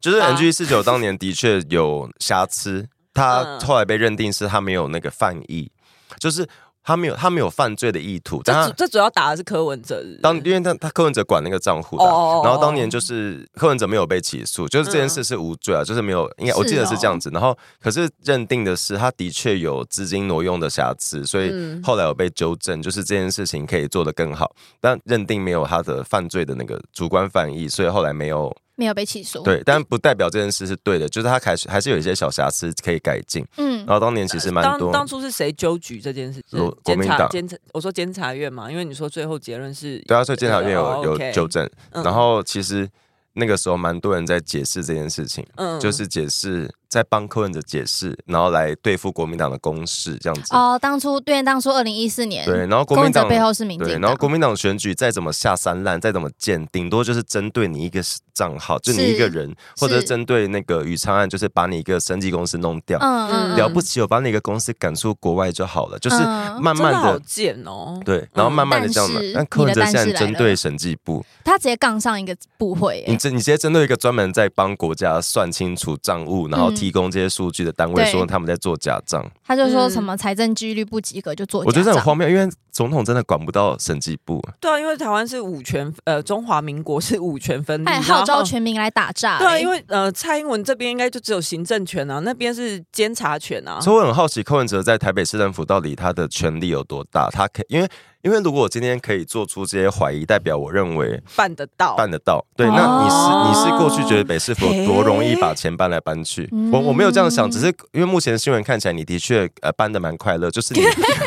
S2: 就是
S1: 八
S2: NG 四九当年的确有瑕疵，他
S1: 嗯
S2: 后来被认定是他没有那个犯意，就是他没有他没有犯罪的意图，但
S1: 这
S2: 他
S1: 主这主要打的是柯文哲，
S2: 当因为他他柯文哲管那个账户的啊，
S1: 嗯哦嗯
S2: 然后当年就是柯文哲没有被起诉，就是这件事是无罪啊，就是没有，应该我记得是这
S1: 哦
S2: 样子。然后可是认定的是他的确有资金挪用的瑕疵，所以
S1: 嗯
S2: 后来有被纠正，就是这件事情可以做得更好，但认定没有他的犯罪的那个主观犯意，所以后来没有
S3: 没有被起诉，，
S2: 对，但不代表这件事是对的，就是他还是还是有一些小瑕疵可以改进。
S3: 嗯
S2: 然，后当年其实蛮
S1: 呃当
S2: 多，
S1: 当初是谁纠举这件事？是
S2: 罗国
S1: 监
S2: 民
S1: 察
S2: 党
S1: 监察，我说监察院嘛，因为你说最后结论是
S2: 对啊，所以监察院
S1: 哦
S2: 有有
S1: ，OK
S2: 纠正，
S1: 嗯
S2: 然后其实那个时候蛮多人在解释这件事情。
S1: 嗯
S2: 就是解释，在帮柯文哲解释，然后来对付国民党的攻势，这样子。
S3: 哦，当初对，当初二零一四年，
S2: 对，然后
S3: 柯
S2: 国民
S3: 文哲
S2: 党
S3: 背后是民进
S2: 对，
S3: 党，
S2: 然后国民党选举再怎么下三滥，再怎么贱，顶多就是针对你一个账号，就你一个人，或者是针对那个宇昌案，就是把你一个生技公司弄掉。
S3: 嗯
S1: 嗯
S2: 了不起，我把你一个公司赶出国外就好了，就是
S3: 嗯
S2: 慢慢
S1: 真好
S2: 的。
S1: 贱哦，
S2: 对，然后慢慢的
S3: 但
S2: 这样嘛
S3: 是。
S2: 但柯文哲
S3: 你的
S2: 现
S3: 但
S2: 在
S3: 是来
S2: 针
S3: 了
S2: 对审计部，
S3: 他直接杠上一个部会，
S2: 你
S3: 哎
S2: 这你直接针对一个专门在帮国家算清楚账务，然后
S3: 嗯
S2: 提供这些数据的单位，
S3: 对
S2: 说他们在做假账。
S1: 嗯
S3: 他就说什么财政纪律不及格就做，
S2: 我觉得这很荒，谬，因为总统真的管不到审计部，
S1: 对啊，因为台湾是五权，呃，中华民国是五权分立，
S3: 哎，
S1: 然后
S3: 号召全民来打炸、
S1: 对啊，
S3: 哎
S1: 因为呃，蔡英文这边应该就只有行政权啊，那边是监察权啊。
S2: 所以我很好奇柯文哲在台北市政府到底他的权力有多大？他可因为因为如果我今天可以做出这些怀疑，代表我认为
S1: 办得到，
S2: 办得到。对，
S3: 哦
S2: 那你是你是过去觉得北市府有多容易把钱搬来搬去？
S1: 嗯
S2: 我我没有这样想，只是因为目前新闻看起来你的确呃搬的蛮快乐， 就是你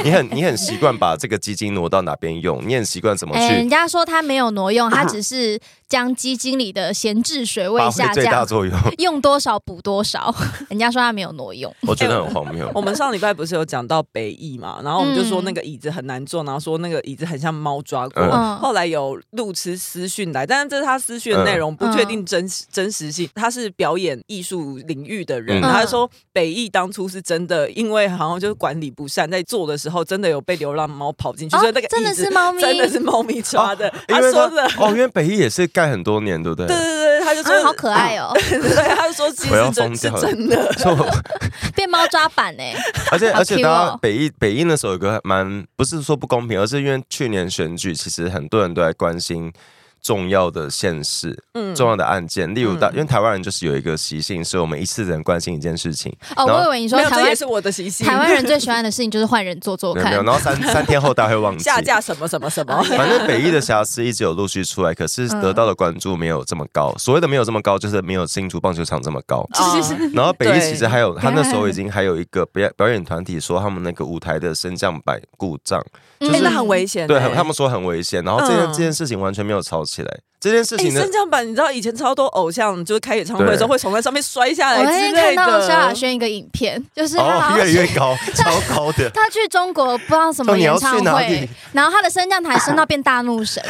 S2: 你很你很习惯把这个基金挪到哪边用，你很习惯怎么
S3: 哎、人
S2: 去啊
S3: 家说他没有挪用，他只是将基金里的闲置水位
S2: 发
S3: 下
S2: 挥最大
S3: 降，
S2: 作用，
S3: 用多少补多少。人家说他没有挪用，
S2: 我觉得很荒谬。
S1: 我们上礼拜不是有讲到北艺嘛，然后我们就说那个椅子很难坐，然后说那个椅子很像猫抓过。
S3: 嗯
S1: 后来有路痴私讯来，但是这是他私讯
S2: 嗯
S1: 的内容，不确
S3: 嗯
S1: 定真实、真实性。他是表演艺术领域的人，
S2: 嗯
S1: 他说北艺当初是真的，因为好像就是管理不善，在做的时候真的有被流浪猫跑进去，所以那个椅子
S3: 哦真的是猫咪
S1: 真的是猫咪抓的。
S2: 因
S1: 他
S2: 为
S1: 说的，
S2: 哦，因为北艺也是盖很多年，对不对？
S1: 对对对，他就说、
S3: 啊，好可爱 哦、
S1: 对，他就说其
S2: 我
S1: 实
S2: 要
S1: 真
S2: 疯
S1: 是
S2: 掉了
S1: 真的。
S2: 所以我
S3: 变猫抓板哎、
S2: 而且
S3: 好
S2: 而且，
S3: Q
S2: 大家
S3: 哦
S2: 北艺北艺那时候有个蛮不是说不公平，而是因为去年选举，其实很多人都在关心重要的县市、
S1: 嗯
S2: 重要的案件，例如大，因为台湾人就是有一个习性，是我们一次只能关心一件事情，
S3: 哦，
S2: 然后
S3: 我以为你说
S1: 没有，
S3: 台
S1: 这
S3: 湾
S1: 也是我的习性。
S3: 台湾人最喜欢的事情就是换人做做
S2: 没有没
S3: 看
S2: 有，。然后三三天后大家会忘记。
S1: 下架什么什么什
S3: 啊
S1: 么，
S2: 反正北艺的瑕疵一直有陆续出来，可是得到的关注没有这么高。所谓的没有这么高，就是没有新竹棒球场这么高。
S1: 啊
S2: 然后北艺
S1: 对
S2: 其实还有，他那时候
S3: 对
S2: 已经还有一个表表演团体说他们那个舞台的升降板故障，
S3: 嗯
S1: 真的很危险欸。
S2: 对，很他们说很危险，然后这件、
S1: 嗯
S2: 这件事情完全没有吵起来。这件事
S1: 哎，
S2: 情呢
S1: 升，降板，你知道以前超多偶像就是开演唱会的时候
S2: 对
S1: 会从那上面摔下
S3: 我
S1: 来
S3: 那
S1: 之
S3: 天看
S1: 类
S3: 到萧
S1: 的。
S3: 亚轩一个影片，就是他
S2: 哦
S3: 好，像
S2: 越来
S3: 去
S2: 越高，超高的。
S3: 他去中国不知道什
S2: 哦
S3: 么
S2: 你要
S3: 演
S2: 去
S3: 唱
S2: 哪里
S3: 会，然后他的升降台升到变大怒 神，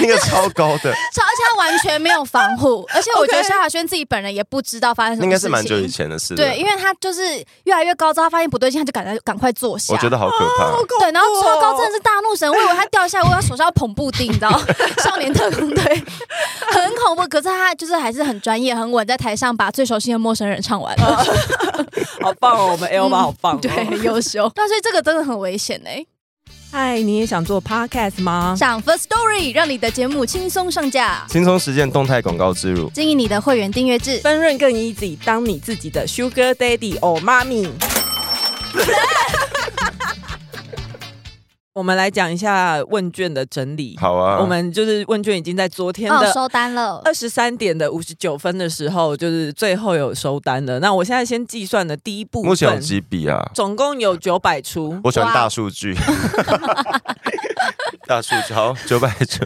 S2: 那个超高的，
S3: 超而且他完全没有防护，而 且我觉得萧亚轩自己本人也不知道发生什
S2: 那
S3: 么
S2: 应
S3: 事情，
S2: 该是蛮久以前的事了。
S3: 对，因为他就是越来越高之后，他发现不对劲，他就赶快赶快坐下。
S2: 我觉得好可怕。
S1: 哦
S3: 对，然后超高真的是大怒神，我以为他掉下来，我以为他手上要捧布丁，你知道？少年特工队很恐怖，可是他就是还是很专业、很稳，在台上把最熟悉的陌生人唱完了，
S1: 好棒啊哦，我们 L 八好棒哦。
S3: 对，很优 秀。那所以这个真的很危险
S1: 欸
S3: 哎、
S1: 嗨，你也想做 podcast 吗？
S3: 上 First Story 让你的节目轻松上架，
S2: 轻松实践动态广告植入，
S3: 经营你的会员订阅制。
S1: 分润更 easy，当你自己的 Sugar Daddy 或妈 咪。我们来讲一下问卷的整理。
S2: 好啊。
S1: 我们就是问卷已经在昨天
S3: 哦，
S1: 的
S3: 收单了。
S1: 二十三点的五十九分的时候，就是最后有收单的。那我现在先计算的第一部
S2: 目前有
S1: 分，
S2: 几笔啊？
S1: 总共有九百出。
S2: 我喜欢
S3: 哇
S2: 大数据。 大数据好，九百九，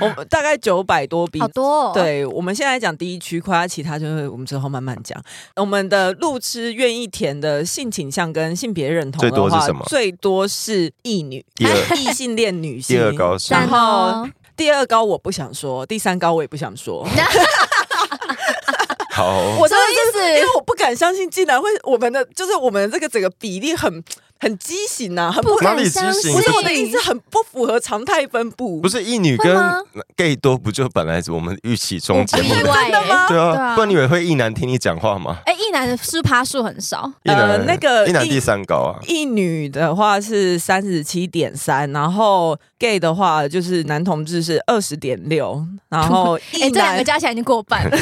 S1: 我们大概九百多笔
S3: 好。多、哦，，
S1: 对，我们现在讲第一区块，其他就是我们之后慢慢讲。我们的路痴愿意填的性倾向跟性别认同
S2: 最多
S1: 的
S2: 是
S1: 话
S2: 什么，
S1: 最多是异女
S2: 第二、
S1: 异性恋女性。
S2: 第二高是
S1: 然后
S3: 哦，
S1: 第二高我不想说，第三高我也不想说。
S2: 好，
S1: 我真的
S3: 什么意
S1: 是，
S3: 思
S1: 因为我不敢相信，竟然会我们的就是我们这个整个比例很很畸形呐、很不
S3: 不
S2: 哪
S3: 敢
S2: 里知
S3: 相
S2: 情
S3: 信。
S1: 不是我的意思，很不符合常态分布。
S2: 不是一女
S3: 会
S2: 跟
S3: 吗
S2: gay 多，不就本来我们预期
S3: 不
S2: 中间吗
S3: 意？外、
S1: 真的吗
S3: 欸，
S2: 对
S3: 对
S2: 啊，
S3: 啊
S2: 不然你以为会一男听你讲话吗？
S3: 哎、一男的是爬数很少，
S2: 一男、
S1: 呃那个
S2: 一男
S1: 一
S2: 第三高啊，
S1: 一女的话是三十七点三，然后 gay 的话就是男同志是二十点六，然 后
S3: 哎、
S1: 一
S3: 这两
S1: 男、
S3: 个加起来已经过半了。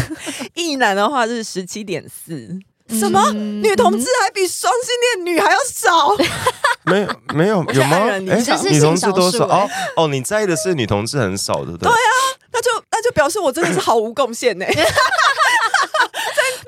S1: 一男的话是十七点四。什么？女同志还比双性恋女还要少？
S2: 没有没有有吗？哎
S1: 黯然离场
S3: 只是
S2: 女同志
S3: 性
S2: 多
S3: 少数
S2: 少？哦
S1: 哎
S2: 哦，你在意的是女同志很少，对不对？对啊，
S1: 那就那就表示我真的是毫无贡献呢。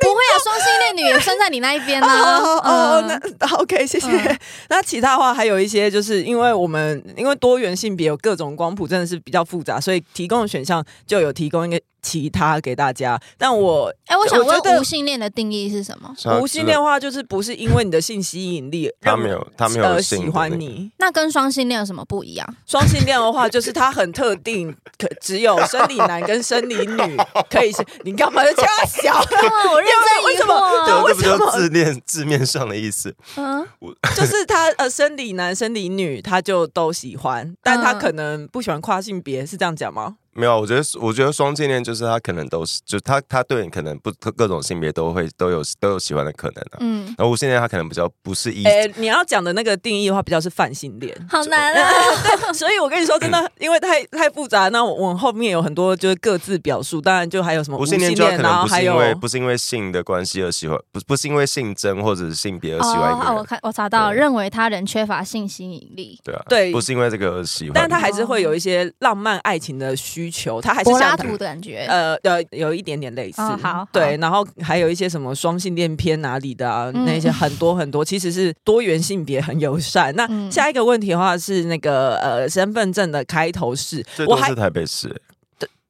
S3: 不会啊，双性恋女也站在你那一边呢、啊
S1: 哦哦哦，
S3: 嗯
S1: 那 OK，谢谢
S3: 嗯。
S1: 那其他的话还有一些，就是因为我们因为多元性别有各种光谱，真的是比较复杂，所以提供的选项就有提供一个其他给大家。但我
S3: 哎、我想
S1: 我觉得
S3: 问无性恋的定义是什么？
S1: 无性恋的话，就是不是因为你的性吸引力，
S2: 嗯他
S1: 让
S2: 没有他没有
S1: 呃
S2: 性的
S1: 喜欢
S2: 那个
S1: 你。
S3: 那跟双性恋有什么不一样？
S1: 双性恋的话，就是他很特定，可只有生理男跟生理女可以是。你干嘛在这样小？
S3: 哦，我认
S1: 真疑惑啊
S3: 真疑惑、
S2: 对，
S1: 为
S2: 这不
S1: 什
S2: 就
S1: 么
S2: 字面字面上的意思？
S3: 嗯，
S1: 就是他呃，生嗯理男、生理女，他就都喜欢，但他可能不喜欢跨性别，是这样讲吗？
S2: 没有，我觉得我觉得双性恋就是他可能都是，就他他对你可能不各种性别都会都有都有喜欢的可能啊。
S3: 嗯，
S2: 然后无性恋他可能比较不是一，
S1: 哎、你要讲的那个定义的话，比较是泛性恋。
S3: 好难啊，
S1: 所以我跟你说，真的， 因为太太复杂，那我我后面有很多就是各自表述，当然就还有什么
S2: 无性恋
S1: 性
S2: 就他可
S1: 然
S2: 能
S1: 后
S2: 不
S1: 还
S2: 是因
S1: 有
S2: 为不是因为性的关系而喜欢，不不是因为性征或者是性别而喜欢一个
S3: 哦，
S2: 人，
S3: 我看我查到了，
S2: 对
S3: 认为他人缺乏性吸引力，
S2: 对啊，
S1: 对
S2: 不是因为这个而喜欢。
S1: 但他还是会有一些浪漫爱情的需求，他还是
S3: 柏
S1: 想
S3: 拉图的感觉，
S1: 呃呃有一点点类似，
S3: 哦好
S1: 对，然后还有一些什么双性恋偏哪里的啊，
S3: 嗯
S1: 那些很多很多，其实是多元性别很友善。那
S3: 嗯
S1: 下一个问题的话是那个呃身份证的开头是，
S2: 最
S1: 我
S2: 多
S1: 还
S2: 是台北市，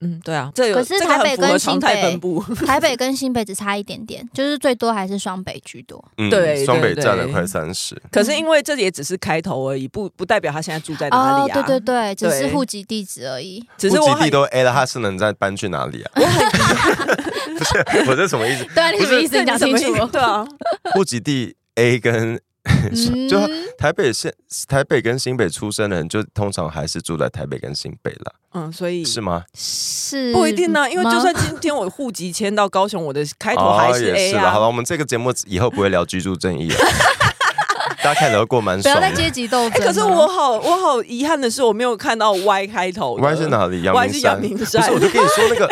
S1: 嗯对啊，这有
S3: 可是
S1: 这个很
S3: 台北
S1: 符合
S3: 跟
S1: 常
S3: 新
S1: 态
S3: 北嗯
S1: 分布，
S3: 台北跟新北只差一点点，就是最多还是双北居多。
S2: 嗯，
S1: 对
S2: 双北
S1: 对
S2: 占了
S1: 对
S2: 快三十。
S1: 可是因为这也只是开头而已，不不代表他现在住在哪里啊。
S3: 哦对对对，只是
S1: 对
S3: 户籍地址而 已。
S1: 只
S2: 户
S1: 是我
S2: 籍
S1: 很
S2: 地都 A 了，他是能再搬去哪里啊？ 不是，我这什么意思？
S3: 对啊，你什么意思？你讲清
S1: 这你什么意
S3: 楚
S1: 思。 对啊，
S2: 户籍地 A 跟
S3: 嗯
S2: 就台北县、台北跟新北出生的人，就通常还是住在台北跟新北啦，
S1: 嗯，所以
S2: 是吗？
S3: 是
S1: 不一定啊呢、因为
S3: 吗
S1: 就算今天我户籍迁到高雄，我的开头还
S2: 哦也
S1: A
S2: 是啦
S1: 啊。
S2: 好了，我们这个节目以后不会聊居住正 义了，大家看起来都过蛮
S3: 不
S2: 爽
S3: 要再
S2: 的。
S3: 阶级斗
S1: 哎
S3: 争了。啊
S1: 可是我好，我好遗憾的是，我没有看到 Y 开头的。
S2: Y 是？哪里？阳
S1: 我还
S2: 明
S1: 是
S2: 山。
S1: 阳明
S2: 不
S1: 山
S2: 是，我就跟你说那个，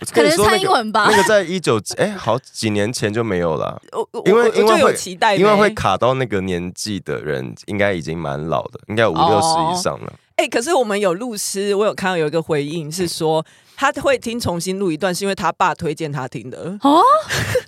S2: 我就
S3: 可
S2: 跟
S3: 能
S2: 你
S3: 是
S2: 说
S3: 蔡
S2: 那
S3: 英
S2: 个，
S3: 文吧
S2: 那。个在一九哎好几年前就没有了。
S1: 我我
S2: 因为
S1: 我
S2: 因为
S1: 就有
S2: 会
S1: 期待没，
S2: 因为会卡到那个年纪的人，应该已经蛮老的，应该有五六
S1: 哦
S2: 十以上了。
S1: 哎、可是我们有录诗，我有看到有一个回应是说。他会听重新录一段，是因为他爸推荐他听的。
S3: 哦，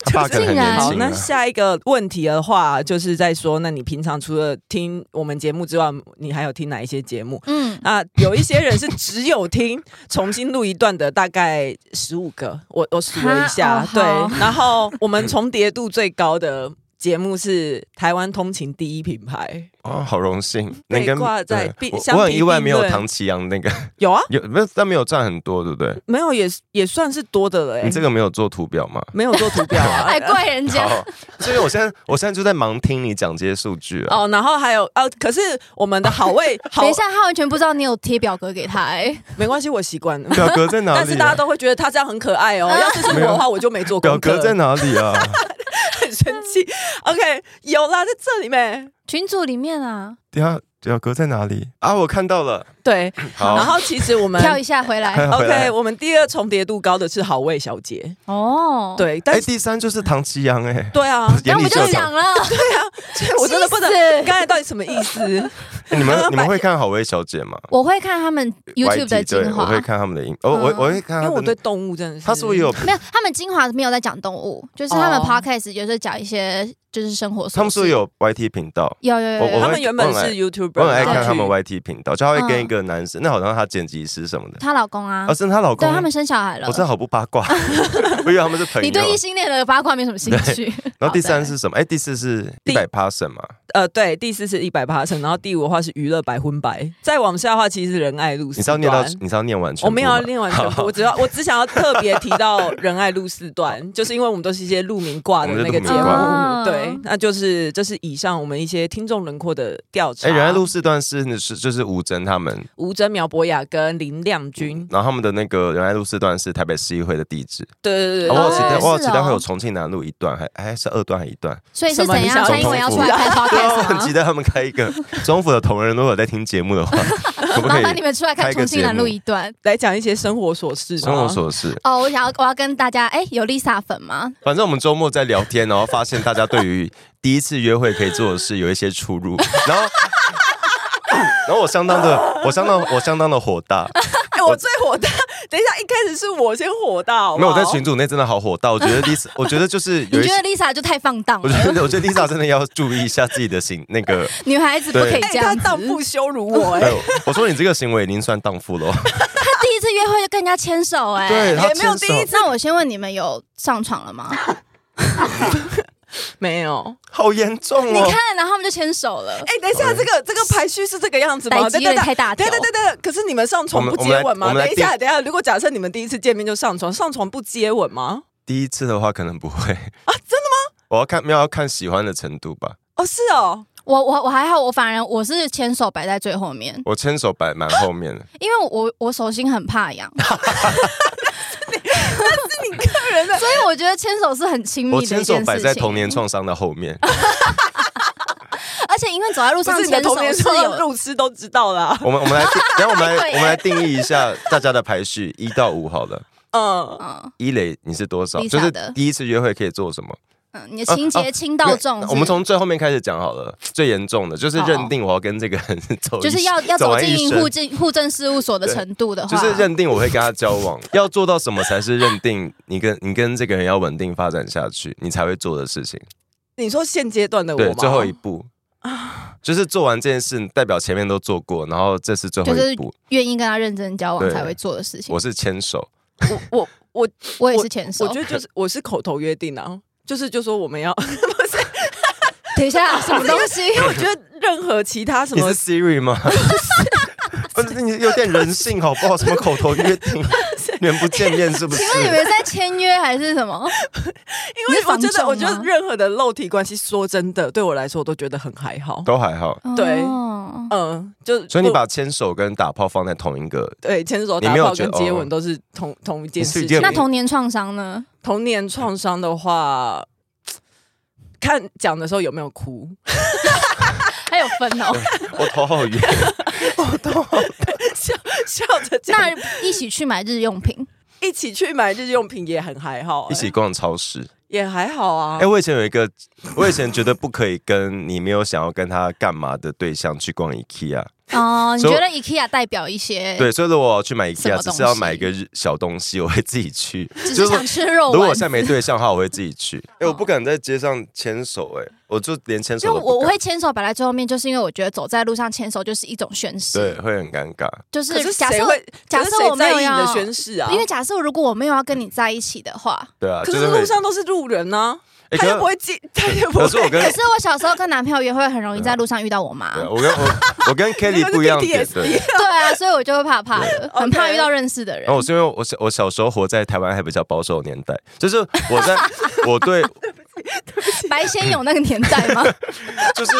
S2: 他爸可能很年
S1: 好，
S2: 轻啊
S1: 那。下一个问题的话，就是在说，那你平常除了听我们节目之外，你还有听哪一些节目？
S3: 嗯，
S1: 啊，有一些人是只有听重新录一段的，大概十五个，我我数了一下，
S3: 哈
S1: 对
S3: 哦好。
S1: 然后我们重叠度最高的节目是台湾通勤第一品牌，
S2: 哦，好荣幸
S1: 被
S2: 能跟
S1: 挂在
S2: 对
S1: 并
S2: 我
S1: 相
S2: 我很
S1: 提
S2: 意外
S1: 并
S2: 没有
S1: 论
S2: 唐奇阳那个
S1: 有啊，
S2: 有没有，但没有占很多，对不对？
S1: 没有也是也算是多的了、欸，
S2: 你这个没有做图表 吗？
S1: 没有做图 表啊
S3: 还。怪人家。
S2: 好，所以我现在我现在就在忙听你讲这些数据啊。
S1: 哦，然后还有哦、可是我们的好味 好
S3: 等一下，他完全不知道你有贴表格给他。哎，
S1: 没关系，我习惯了。
S2: 表格在哪里啊？
S1: 但是大家都会觉得他这样很可爱
S3: 嗯
S1: 哦。要是是我的话，我就没做
S2: 表
S1: 功课。
S2: 格在哪里啊？
S1: 很生气。OK，有啦，在这里面。
S3: 群组里面啊，
S2: 等一下表格在哪里啊？我看到了，
S1: 对，
S2: 好，
S1: 然后其实我们
S3: 跳一下回来。
S2: 回
S1: OK，
S2: 来。
S1: 我们第二重叠度高的是好味小姐，
S3: 哦，，
S1: 对，但
S2: 哎，
S1: 是、
S2: 第三就是唐奇阳哎，
S1: 对啊，
S3: 那
S2: 眼
S3: 我
S2: 里
S3: 就
S2: 就
S3: 讲
S2: 有。
S3: 了，
S1: 所以我真的不能
S3: 气，死
S1: 刚才到底什么意 思？
S2: 你
S1: 刚
S2: 们
S1: 刚
S2: 你们
S1: 白
S2: 会看好薇小姐吗
S3: 我会看他 们 YouTube 的
S2: YT 对
S3: 精
S2: 我
S3: 华嗯
S2: 会。看他们的影，哦，我我会看他
S1: 因为我
S2: 们
S1: 对
S2: 的。
S1: 动物真的是，
S2: 他是不是也有？
S3: 没有，他们精华没有在讲动物，就是他们
S1: 哦
S3: podcast 有时候讲一些就是生活琐事。
S2: 他们是不是有 YT 频道？
S3: 有有有
S2: 我
S3: 有
S2: 我
S3: 有，
S1: 他
S2: 会
S1: 们原本
S2: 我很
S1: 是
S2: 爱
S1: YouTuber，
S2: 我很爱
S1: 然后
S2: 看他们
S1: 去
S2: YT 频道，就他会跟
S3: 哦嗯
S2: 一个男生，那好像他剪辑师什么的，
S3: 她老公啊
S2: 啊，，是她老公
S3: 对
S2: 吗，
S3: 他们生小孩了
S2: 我。真的好不八 卦，我以为他们是朋友
S3: 你。对异性恋的八卦没什么兴 趣。
S2: 然后第三
S3: 好的
S2: 是什么？哎，第四是
S1: 第
S2: 一百 passion 嘛，
S1: 呃，对，第四是一百八成，然后第五的话是娱乐百分百，再往下的话其实是仁爱路四
S2: 你是要
S1: 段。
S2: 念到，你是要念完全部
S1: 我
S2: 吗？
S1: 没有要念完全 部，我只要我只想要特别提到仁爱路四段， 就是因为我们都是一些路名挂的那个节
S2: 我们是路
S1: 目，
S2: 名
S3: 挂
S1: 对，那就是这是以上我们一些听众轮廓的调查。
S2: 哎，原来录四段是是就是吴征他们，
S1: 吴征、苗博雅跟林亮君，
S2: 然后他们的那个原来录四段是台北市议会的地址。
S1: 对对对
S2: 啊我有
S1: 对，
S3: 哦
S2: 期待，
S3: 是
S2: 我有期待
S3: 哦
S2: 会有重庆南路一段，还还是二段还一段。
S3: 所以是
S1: 什么
S3: 怎
S1: 你
S3: 样？
S1: 想
S3: 蔡英文要出来 开
S2: 对啊，我
S3: podcast
S2: 很
S3: 吗
S2: 期？待他们开一个。中府的同仁如果有在听节目的话，可不
S3: 麻
S2: 可
S3: 烦你
S2: 以
S3: 们出来看重庆南路一段。
S1: 来讲一些生活琐事吧。
S2: 生活琐事？
S3: 哦，我想要我要跟大家，哎，有 Lisa 粉吗？
S2: 反正我们周末在聊天，然后发现大家对于第一次约会可以做的事有一些出入，然后， 然后我相当的，我相当，我相当的火大。
S1: 哎，我最火大，等一下一开始是我先火大好不
S2: 没有，
S1: 好，
S2: 我在群组内真的好火大。我觉得 Lisa，我觉得就是有
S3: 你
S2: 一
S3: 觉
S2: 些
S3: 得，Lisa 就太放荡
S2: 我觉
S3: 了，
S2: 得，我觉得 Lisa 真的要注意一下自己的行那个。
S3: 女孩子不可以
S1: 哎，
S3: 这样
S1: 他
S3: 子。
S1: 荡妇羞辱我，哎
S2: 哎，，我说你这个行为已经算荡妇了哦。
S3: 她第一次约会就跟人家牵手，哎，
S2: 对，他
S1: 也没有
S2: 牵
S1: 第一
S2: 手，
S3: 那我先问你们有上床了吗？
S1: 没有。
S2: 好严重
S3: 你
S2: 哦。
S3: 看，然后他们就牵手了。
S1: 哎，等一下，这个这个排序是这个样子吗？
S3: 百集有点太大条
S1: 对对对对，可是你们上床不接吻
S2: 我们
S1: 吗？
S2: 我们来我们来
S1: 等一下，等一下，如果假设你们第一次见面就上床，上床不接吻吗？
S2: 第一次的话可能不会啊，真的吗？我要看没有要看喜欢的程度吧。
S1: 哦，是哦，
S3: 我我我还好，我反而我是牵手摆在最后面，
S2: 我牵手摆蛮 后面的，
S3: 因为我我手心很怕 痒，
S1: 你个人 的
S3: 所以我觉得牵手是很亲密
S2: 我
S3: 的一件
S2: 牵
S3: 事情。
S2: 手摆在童年创伤的后面。
S3: 而且因为走在路
S1: 不
S3: 上
S1: 是你的
S3: 牵
S1: 童年
S3: 手是
S1: 说
S3: 有
S1: 路痴都知道啦。
S2: 我们我们来定，然后我们来
S3: 对
S2: 我们来定义一下大家的排序，一到五好了。
S1: 嗯，
S3: 嗯
S2: 一垒你是多少？
S3: Lisa
S2: 就是
S3: 的
S2: 第一次约会可以做什么？
S3: 嗯，你的情
S2: 啊
S3: 节轻到重是不是，
S2: 我们从最后面开始讲好了。最严重的就是认定我要跟这个人走一，
S3: 就是要要
S2: 走
S3: 走
S2: 完一
S3: 进
S2: 生
S3: 户政户政事务所的
S2: 对
S3: 程度的话，
S2: 就是认定我会跟他交往， 要做到什么才是认定你跟你跟这个人要稳定发展下去，你才会做的事情。
S1: 你说现阶段的我
S2: 对，
S1: 吗？
S2: 最后一步就是做完这件事，代表前面都做过，然后这是最后
S3: 就是
S2: 一步。
S3: 愿意跟他认真交往
S2: 对
S3: 才会做的事情。
S2: 我是牵手，
S1: 我我我
S3: 我也是牵手
S1: 我觉。得就是我是口头约定啊，就是就说我们要，
S3: 等一下，什么东西？
S1: 因 为 我觉得任何其他什
S2: 你
S1: 么
S2: 是 Siri 吗？不是你有点人性好 不好？什么口头约定，人不见面是不是？
S3: 那你们在签约还是什么？
S1: 因为我觉
S3: 你是防
S1: 得，
S3: 重
S1: 我觉得
S3: 吗
S1: 任何的肉体关系，说真的，对我来说，我都觉得很还好。
S2: 都还好，
S1: 对
S3: 哦
S1: 嗯，就
S2: 所以你
S1: 不
S2: 把牵手跟打炮放在同一个，
S1: 对牵手、打
S2: 你没有
S1: 炮
S2: 觉
S1: 跟
S2: 得
S1: 接
S2: 哦
S1: 吻都是同同一件
S2: 你是
S1: 事
S2: 一件
S1: 情。
S3: 那童年创伤呢？
S1: 童年创伤的话，看讲的时候有没有哭，
S3: 还有分哦。
S2: 我头好晕。
S1: 笑笑着讲。
S3: 那一起去买日用品，
S1: 一起去买日用品也很还好、
S2: 一起逛超市。
S1: 也还好啊。
S2: 哎、我以前有一个，我以前觉得不可以跟你没有想要跟他干嘛的对象去逛 IKEA。
S3: 哦，你
S2: 所以
S3: 觉
S2: 我
S3: 得 IKEA 代表一些？，
S2: 对，所以如果我要去买
S3: 什么东
S2: IKEA，
S3: 西
S2: 只是要买一个日小东西，我会自己去。
S3: 只
S2: 就是
S3: 想吃肉
S2: 如果我
S3: 丸
S2: 现。在没对象的话，我会自己去。哎、我不敢在街上牵手、哎，我就连牵
S3: 就
S2: 手都
S3: 我
S2: 不
S3: 我
S2: 敢。
S3: 会牵手摆在最后面，就是因为我觉得走在路上牵手就是一种宣誓。
S2: 对，，会很尴尬。
S3: 就
S1: 可
S3: 是
S1: 是
S3: 假
S1: 谁
S3: 设
S1: 会？
S3: 假
S1: 可
S3: 设
S1: 是谁
S3: 我没
S1: 在
S3: 有
S1: 意你
S3: 要
S1: 的宣誓啊？
S3: 因为假设如果我没有要跟你在一起的话，
S2: 对啊，
S1: 可
S2: 就是是会
S1: 路上都是路人呢、
S2: 哎
S1: 他
S2: 可
S1: 又不会进，他又不
S2: 可
S1: 会。
S2: 是我跟
S3: 可是我小时候跟男朋友约会，很容易在路上遇到我妈。
S2: 对啊我跟我我 跟 Kelly 不一样点，对。
S3: 对啊，所以我就会怕怕的，
S1: OK
S3: 很怕遇到认识的人
S2: 然后。我是因为我小我小时候活在台湾还比较保守的年代，就是我在 我对
S3: 白先勇那个年代 吗？
S2: 就是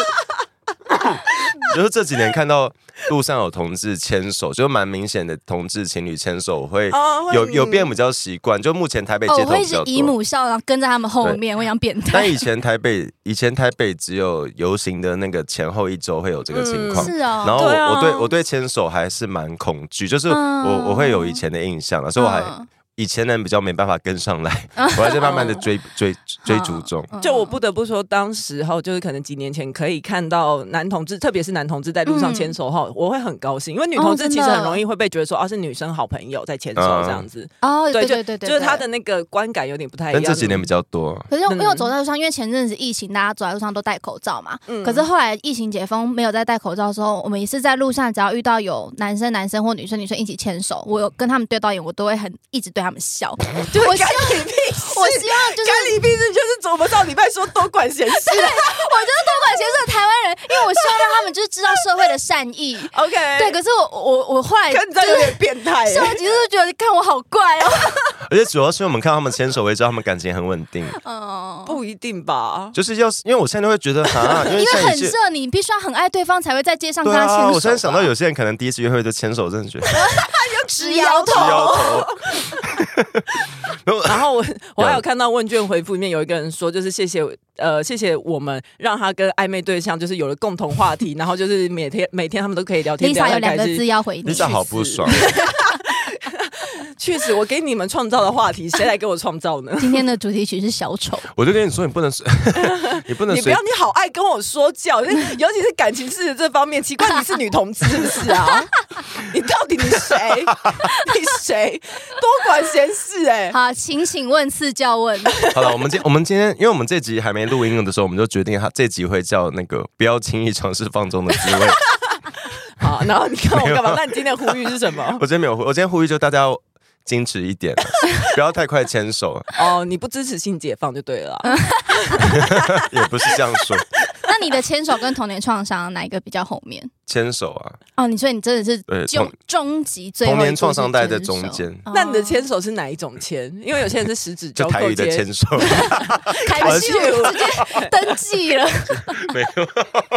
S2: 就是这几年看到路上有同志牵手，就是蛮明显的同志情侣牵手，我会
S1: 哦会
S2: 有有
S1: 嗯
S2: 变比较习惯。就目前台北
S3: 哦，
S2: 街
S3: 我
S2: 头
S3: 会
S2: 比
S3: 一直
S2: 较
S3: 姨
S2: 多。
S3: 母笑，然后跟在他们后面，我想变态。
S2: 但以前台北，以前台北只有游行的那个前后一周会有这个情况，
S3: 是哦
S2: 然后我
S1: 对啊
S2: 我对我对牵手还是蛮恐惧，就是我
S3: 嗯
S2: 我会有以前的印象了，所以我还
S3: 嗯
S2: 以前人比较没办法跟 上来，我还在慢慢的追追追逐中。
S3: 嗯
S1: 就我不得不说，当时候就是可能几年前可以看到男同志，特别是男同志在路上牵手后，我会很高兴，因为女同
S3: 嗯哦
S1: 志
S3: 真
S1: 其
S3: 的
S1: 实很容易会被觉得说啊是女生好朋友在牵手
S2: 嗯
S1: 这样子，
S3: 哦，对
S1: 就
S3: 对对对，
S1: 就是他的
S3: 对。
S1: 那个观感有点不太一样。
S2: 但这几年比较多，
S3: 可是因为
S1: 嗯
S3: 我走在路上，因为前阵子疫情，大家走在路上都戴口罩嘛。
S1: 嗯
S3: 可是后来疫情解封，没有再戴口罩的时候，我们也是在路上，只要遇到有男生、男生或女生、女生一起牵手，我有跟他们对到眼，我都会很一直对他们 笑。
S1: 就
S3: 我希
S1: 是干
S3: 望，
S1: 你屁事！
S3: 我希望就是
S1: 干你屁事！就是我们上礼拜说多管闲 事
S3: 我就是多管闲事的台湾人，因为我希望让他们就是知道社会的善意。
S1: ，OK？
S2: 哎
S3: 对，可是我我我后来
S1: 哎看你这样有点变态欸。
S3: 笑几次就觉得看我好怪哦。
S2: 而且主要是因为我们看他们牵手，我也知道他们感情很稳定。
S3: 嗯，
S1: 不一定吧？
S2: 就是要是因为我现在会觉得啊，因为
S3: 因为
S2: 像有
S3: 很
S2: 些
S3: 热，你必须要很爱对方才会在街上跟
S2: 对
S3: 他牵手
S2: 啊，
S3: 吧。
S2: 我现在想到有些人可能第一次约会就牵手，真的觉得直
S3: 直摇头，
S2: 摇头。然后
S1: 然后 我我还有看到问卷回复里面有一个人说，就是谢谢呃谢谢我们让他跟暧昧对象就是有了共同话题，然后就是每天每天他们都可以聊天。聊
S3: Lisa
S1: 得
S3: 有
S1: 很
S3: 两
S1: 开
S3: 个
S1: 心
S3: 字要回你？
S2: 你，想好不爽，
S1: 确实，我给你们创造的话题，谁来给我创造 呢
S3: 今天的主题曲是小丑，
S2: 我就跟你说你不能随， 你不能
S1: 你不
S2: 随
S1: 要，你好爱跟我说教， 就是尤其是感情事的这方面，奇怪你是女同志是不是啊？你到底你 谁？你谁？多管闲事哎、
S3: 好，请请问赐教 问，
S2: 好了，我们今我们今天，因为我们这集还没录音的时候，我们就决定他这集会叫那个不要轻易尝试放纵的滋味。
S1: 好，然后你看我干
S2: 没
S1: 嘛
S2: 有？
S1: 那你今天的呼吁是 什么？
S2: 我今天没有，我今天呼吁就大家要矜持一点，啊不要太快牵手，啊
S1: 哦，你不支持性解放就对了啊。
S2: 也不是这样说，
S3: 那你的牵手跟童年创伤哪一个比较后面？
S2: 牵手啊，
S3: 哦，你说你真的是
S2: 对
S3: 终
S2: 童
S3: 终极最后一
S2: 童年创伤带
S3: 步
S2: 在
S3: 是牵
S2: 中
S3: 手哦
S2: 间，
S1: 那你的牵手是哪一种牵？因为有些人是食指交
S2: 就台
S1: 扣
S2: 语的
S1: 牵
S2: 牵，手。
S3: 开
S2: 我
S3: 始直接登记了，
S2: 没有，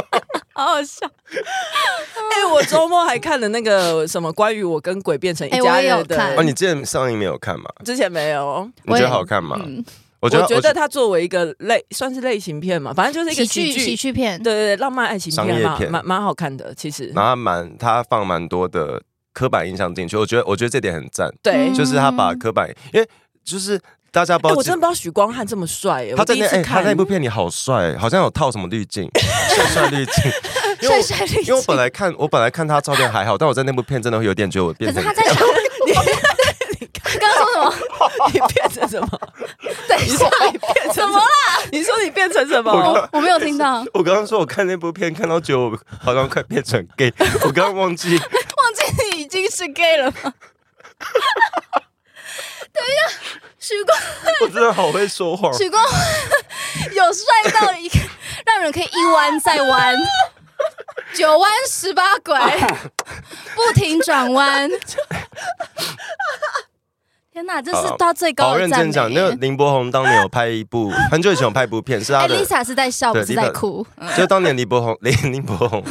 S3: 好好笑。
S1: 哎、我周末还看了那个什么关于我跟鬼变成一
S3: 哎
S1: 家
S3: 我也有
S1: 人的，
S3: 看
S2: 哦，你之前上映没有看吗？
S1: 之前没有。
S2: 你
S3: 我
S2: 觉
S3: 也
S2: 得好看吗？
S3: 嗯，
S2: 我觉得
S1: 我觉得它作为一个类算是类型片嘛，反正就是一个
S3: 喜剧喜剧片，
S1: 对对对，浪漫爱情
S2: 商
S1: 片
S2: 业
S1: 嘛，
S2: 片
S1: 蛮蛮好看的。其实
S2: 然后它蛮他放蛮多的刻板印象进去，我觉得我觉得这点很赞，
S1: 对，
S3: 嗯
S2: 就是他把刻板，因为就是大家不
S1: 哎
S2: 知道
S1: 我
S2: 记
S1: 真的不知道许光汉这么帅、欸，
S2: 他
S1: 我
S2: 在
S1: 第一
S2: 那
S1: 次
S2: 哎，他
S1: 看。
S2: 那部片里好帅，好像有套什么滤 镜，帅帅滤镜。因为
S3: 帅
S2: 我
S3: 帅绿
S2: 因为我本来看我本来看他照片还好，但我在那部片真的会有点觉得我
S3: 可
S2: 变
S3: 是
S2: 成
S3: 他在想， 刚刚说什么？
S1: 你变成 什么？
S3: 等一
S1: 你
S3: 下
S1: 说，你变成什么啦？你说你变成什么？
S3: 我我没有听到，
S2: 我刚刚说我看那部片看到觉得我好像快变成 gay，我刚刚忘记
S3: 忘记你已经是 gay 了吗？ 等一下，许
S2: 哦
S3: 光
S2: 我真的好会说谎。
S3: 许光 汉有帅到一个让人可以一弯再弯，九弯十八拐， 不停转弯。天哪，这是到最高
S2: 好
S3: 的
S2: 认
S3: 赞美。
S2: 真讲，那个林柏宏当年有拍一部，很久以前有拍一 部片，是他
S3: 哎
S2: 的，
S3: ，Lisa 是在笑，不
S2: 对
S3: 是在
S2: Lisa-
S3: 哭。嗯
S2: 就当年林柏宏林林柏宏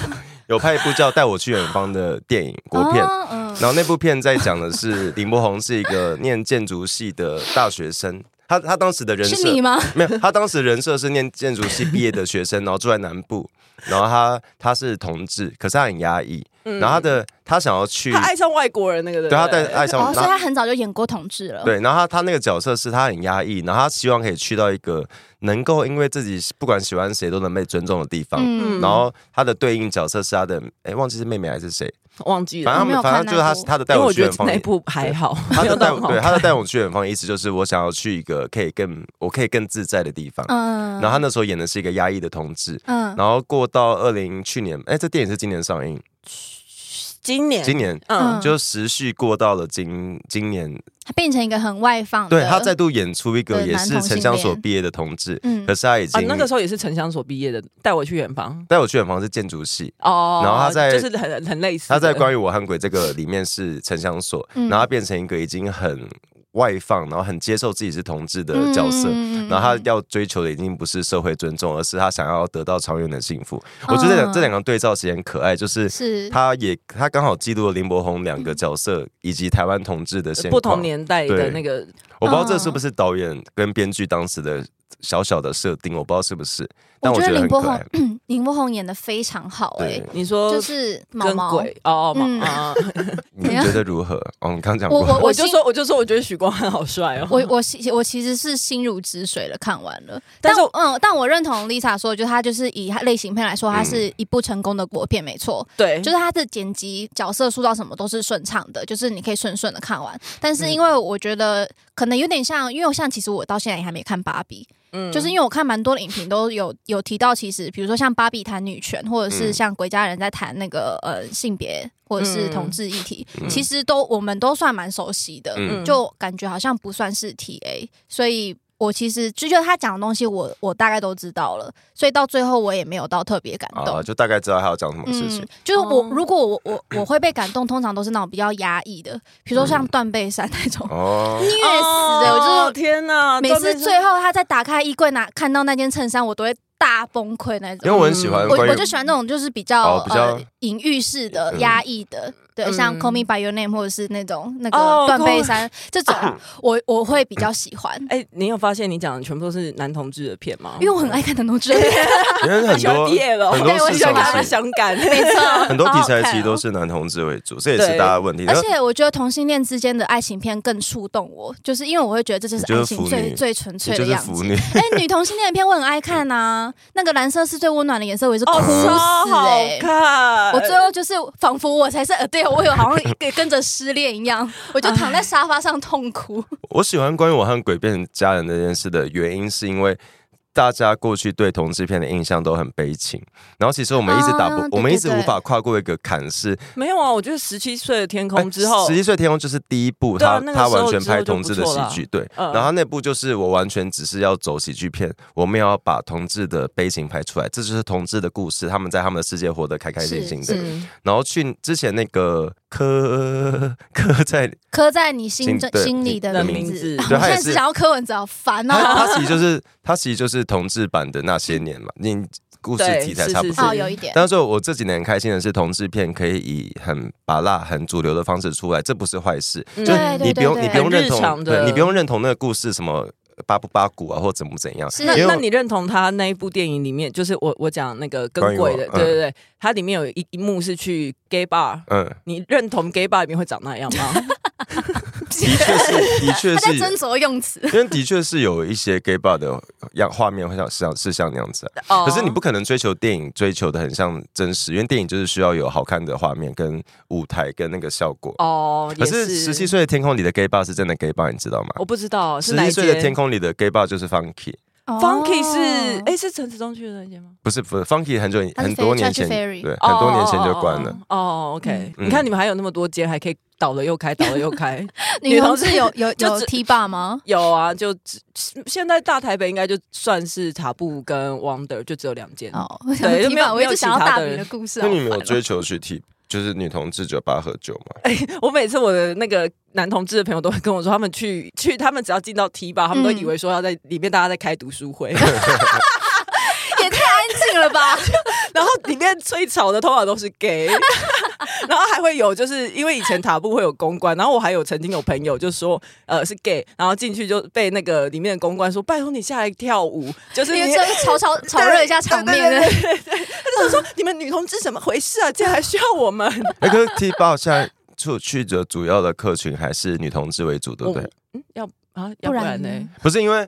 S2: 有拍一部叫《带我去远方》的电影国片，
S3: 哦嗯
S2: 然后那部片在讲 的是林柏宏是一个念建筑系的大学生，他他当时的人设
S3: 是你吗？
S2: 没有，他当时人设是念建筑系毕业的学生，然后住在南 部，然后他他是同志，可是他很压抑，
S3: 嗯
S2: 然后他的他想要去
S1: 他，爱上外国人那个人，
S2: 对他在爱上
S3: 哦，，所以
S2: 然后
S3: 他很早就演过同志了。
S2: 对，然后他他那个角色是他很压抑，然后他希望可以去到一个能够因为自己不管喜欢谁都能被尊重的地方。
S3: 嗯，
S2: 然后他的对应角色是他的，哎，忘记是妹妹还是谁，
S1: 忘记
S2: 反正
S1: 了
S2: 他。
S3: 没有
S2: 们反
S3: 看
S2: 正就是他
S3: 那部
S2: 他的
S1: 因
S2: 带
S1: 为
S2: 我
S1: 我
S2: 去
S1: 觉
S2: 远
S1: 得
S2: 方
S1: 那
S2: 也，
S1: 部还好，
S2: 他
S1: 没有
S2: 的带
S1: 到
S2: 我
S1: 很好
S2: 对
S1: 看
S2: 他的带我去远方，意思就是我想要去一个可以更我可以更自在的地方。
S3: 嗯，
S2: 然后他那时候演的是一个压抑的同志，
S3: 嗯，
S2: 然后过到二零去年，哎，这电影是今年上映，
S1: 今年
S2: 今年
S1: 嗯
S3: 嗯
S2: 就时序过到了今今年，
S3: 他变成一个很外放的，
S2: 对他再度演出一个
S3: 对
S2: 也
S3: 男
S2: 是
S3: 同性
S2: 城乡所
S3: 恋
S2: 毕业的同志，
S3: 嗯
S2: 可是他已
S1: 啊，
S2: 经
S1: 那个时候也是城乡所毕业的，带我去远方
S2: 带我去远方是建筑系。
S1: 哦。
S2: 然后他在
S1: 就是很很类似的，
S2: 他在《关于我和鬼》这个里面是城乡所，
S3: 嗯
S2: 然后他变成一个已经很外放，然后很接受自己是同志的角色，
S3: 嗯
S2: 然后他要追求的已经不是社会尊重，而是他想要得到长远的幸福。我觉得这两
S3: 嗯
S2: 这两个对照其实很可爱，就是
S3: 是
S2: 他也他刚好记录了林柏宏两个角色以及台湾同志的现况。
S1: 不同年代的
S2: 对
S1: 那个
S2: 我不知道这是不是导演跟编剧当时的小小的设定，我不知道是不是，但
S3: 我觉
S2: 觉
S3: 得林
S2: 得很
S3: 柏
S2: 可
S3: 宏嗯
S2: 爱。
S3: 林柏宏演的非常好哎、
S2: 对，
S1: 你说
S3: 就是毛
S1: 跟
S3: 毛，
S1: 鬼哦毛
S3: 嗯
S1: 啊，
S2: 你们觉得如何？哦，你刚讲
S3: 我我
S2: 过，
S1: 我
S3: 我
S1: 就
S3: 心
S1: 说我就说我觉得许光汉好帅哦。
S3: 我我其我其实是心如止水了，看完了。
S1: 但
S3: 但
S1: 是
S3: 我嗯，但我认同 Lisa 说，就是他就是以他类型片来说，
S2: 嗯
S3: 它是一部成功的国片，没错。
S1: 对，
S3: 就是他的剪辑、角色塑造什么都是顺畅的，就是你可以顺顺的看完。但
S2: 嗯
S3: 是因为我觉得可能有点像，因为像其实我到现在也还没看《芭比》，
S1: 嗯
S3: 就是因为我看蛮多的影评都有有提到，其实比如说像《芭比》谈女权，或者是
S2: 嗯
S3: 像《鬼家人》在谈那个呃性别或者是同志议题，
S2: 嗯
S3: 其实都我们都算蛮熟悉的，
S2: 嗯
S3: 就感觉好像不算是 TA，所以。我其实就觉得他讲的东西我，我大概都知道了，所以到最后我也没有到特别感动。
S2: 啊，就大概知道他要讲什么事情
S3: 嗯。，就是我、
S1: 哦
S3: 如果我我我会被感动，通常都是那种比较压抑的，比如说像断背山那种、
S2: 嗯哦，
S3: 虐死的，
S1: 哦
S3: 我就是
S1: 天哪！
S3: 每
S1: 断
S3: 次
S1: 背山
S3: 最后他在打开衣柜拿看到那件衬衫，我都会大崩溃那
S2: 因为
S3: 种。
S2: 我很喜欢
S3: 我
S2: 关于
S3: 我就喜欢那种就是比较、
S2: 哦比较
S3: 呃隐喻式的、
S2: 嗯
S3: 压抑的。对，
S1: 嗯
S3: 像《Call Me by Your Name》或者是那种那
S1: 哦
S3: 个断背
S1: ，Call-
S3: 山、这种，我我会比较喜 欢，
S1: 哎，你有发现你讲的全部都是男同志的片吗？
S3: 因为我很爱看男同志。
S2: 因为
S1: 很
S2: 很
S1: 喜欢
S2: 多
S1: BL 哦
S2: 很
S1: 对
S2: 多
S3: 我
S2: 市
S3: 喜欢
S2: 场
S3: 看
S2: 是
S1: 香港，
S3: 没错，
S2: 很多
S3: 好
S2: 题
S3: 好
S2: 材其
S3: 看
S2: 实
S3: 哦
S2: 都是男同志为主，这也
S1: 对
S2: 是大家的问题。
S3: 而且我觉得同性恋之间的爱情片更触动我，就是因为我会觉得这就是
S2: 你
S3: 爱
S2: 就是
S3: 情
S2: 腐
S3: 最
S2: 女
S3: 最纯
S2: 你
S3: 粹的
S2: 就是
S3: 样
S2: 腐
S3: 子。
S2: 女，
S3: 哎、女同性恋片我很爱看啊，那个蓝色是最温暖的颜色，我也是哭
S1: 哦，
S3: 死
S1: 超好
S3: 哎、
S1: 看！
S3: 我最后就是仿佛我才是呃，对我有好像 跟跟着失恋一样，我就躺在沙发上痛哭。
S2: 我喜欢关于我和鬼变成家人这件事的原因，是因为大家过去对同志片的印象都很悲情，然后其实我们一直打不，
S3: 啊
S2: 我们一直
S3: 对对
S2: 无
S3: 对
S2: 法跨过一个坎是，
S1: 没有啊，我觉得十七岁的天空之后
S2: 哎十，一岁天空就是第一部，
S1: 对啊
S2: 他
S1: 那个
S2: 他
S1: 时候
S2: 完全
S1: 之后
S2: 拍
S1: 就
S2: 同
S1: 不
S2: 志的
S1: 错
S2: 喜
S1: 了
S2: 剧，对，
S1: 嗯
S2: 然后他那部就是我完全只是要走喜剧片，我们也要把同志的悲情拍出来，这就是同志的故事，他们在他们的世界活得开开心心的。
S1: 嗯
S2: 然后去之前那个柯柯在
S3: 刻在你心
S2: 心
S3: 中
S2: 对
S3: 心里的
S1: 的
S3: 名
S1: 名
S3: 字
S1: 字。
S3: 啊我
S2: 对它
S3: 现
S2: 也
S3: 在只
S2: 是
S3: 想要柯文哲，好烦
S2: 他
S3: 哦。
S2: 他其实就是他其实就是同志版的那些年嘛，你故事
S1: 对
S2: 题材
S1: 是
S2: 差不
S1: 是
S2: 多
S1: 是。
S3: 哦，有一点，
S2: 但是我这几年很开心的是，同志片可以以很拔辣、很主流的方式出来，这不是坏事。
S1: 嗯
S2: 就
S3: 对
S2: 你不用，
S3: 对
S2: 你不用
S1: 很日
S2: 认同，
S1: 常的
S2: 对你不用认同那个故事什么八不八股啊，或怎么怎样。
S3: 是
S1: 那
S2: 因为
S1: 那你认同他那一部电影里面，就是我我讲那个
S2: 关
S1: 更
S2: 于
S1: 贵
S2: 我
S1: 的，
S2: 嗯
S1: 对对对，它里面有一一幕是去 gay bar，
S2: 嗯，
S1: 你认同 gay bar 里面会长那 样吗？
S2: 的确是，的 确
S3: 他在
S2: 是，
S3: 斟酌用词。
S2: 因为的确是有一些 gay bar 的样画面会像是像是像那样子啊、
S1: 哦
S2: 可是你不可能追求电影追求的很像真实，因为电影就是需要有好看的画面、跟舞台、跟那个效果。
S1: 哦，
S2: 可
S1: 也
S2: 是十七岁的天空里的 gay bar 是真的 gay bar，你知道吗？
S1: 我不知道是
S2: 十
S1: 哪
S2: 七
S1: 一
S2: 岁的
S1: 间
S2: 天空里的 gay bar 就是 funky，
S1: Funky 是
S3: 哦
S1: 哎、是陈子忠去的那间吗？
S2: 不是不是 funky 很久
S3: 它是
S2: 很多
S3: Fairy-
S2: 年前
S3: Church Fairy
S2: 对，很多年前就关了。
S1: 哦。哦哦，OK，
S2: 嗯
S1: 你看你们还有那么多间，还可以倒了又开，倒了 又开。
S3: 女同志 有有
S1: 就
S3: 有
S1: 只
S3: T 爸吗？
S1: 有啊，就只现在大台北应该就算是塔布跟 Wonder 就只有两间。
S3: 哦，我想
S1: 对
S3: T
S1: 没有
S3: 爸，我
S1: 没
S3: 一
S1: 有
S3: 直
S1: 其
S3: 想要
S1: 他
S3: 大
S1: 的
S3: 饼的故事。
S2: 那你
S3: 好
S2: 们有
S3: 烦哦
S2: 追求去体，就是女同志酒吧喝酒吗？
S1: 我每次我的那个男同志的朋友都会跟我说，他们去去，他们只要进到 T 吧，他们都
S3: 嗯
S1: 以为说要在里面大家在开读 书会，
S3: 也太安静了 吧？
S1: 然后里面最吵的通常都是 gay，然后还会有就是因为以前塔布会有公关，然后我还有曾经有朋友就说呃是 gay，然后进去就被那个里面的公关说拜托你下来跳舞，就是
S3: 因为
S1: 你
S3: 这 样炒炒炒热一下场面，
S1: 对对对对 对他就说你们女同志怎么回事啊？这样还需要我们？
S2: 哎，可是 T bar 现在出去的主要的客群还是女同志为主，对不对？
S1: 嗯，要啊，
S3: 不
S1: 要不
S3: 然
S1: 然呢？
S3: 呢？
S2: 不是因为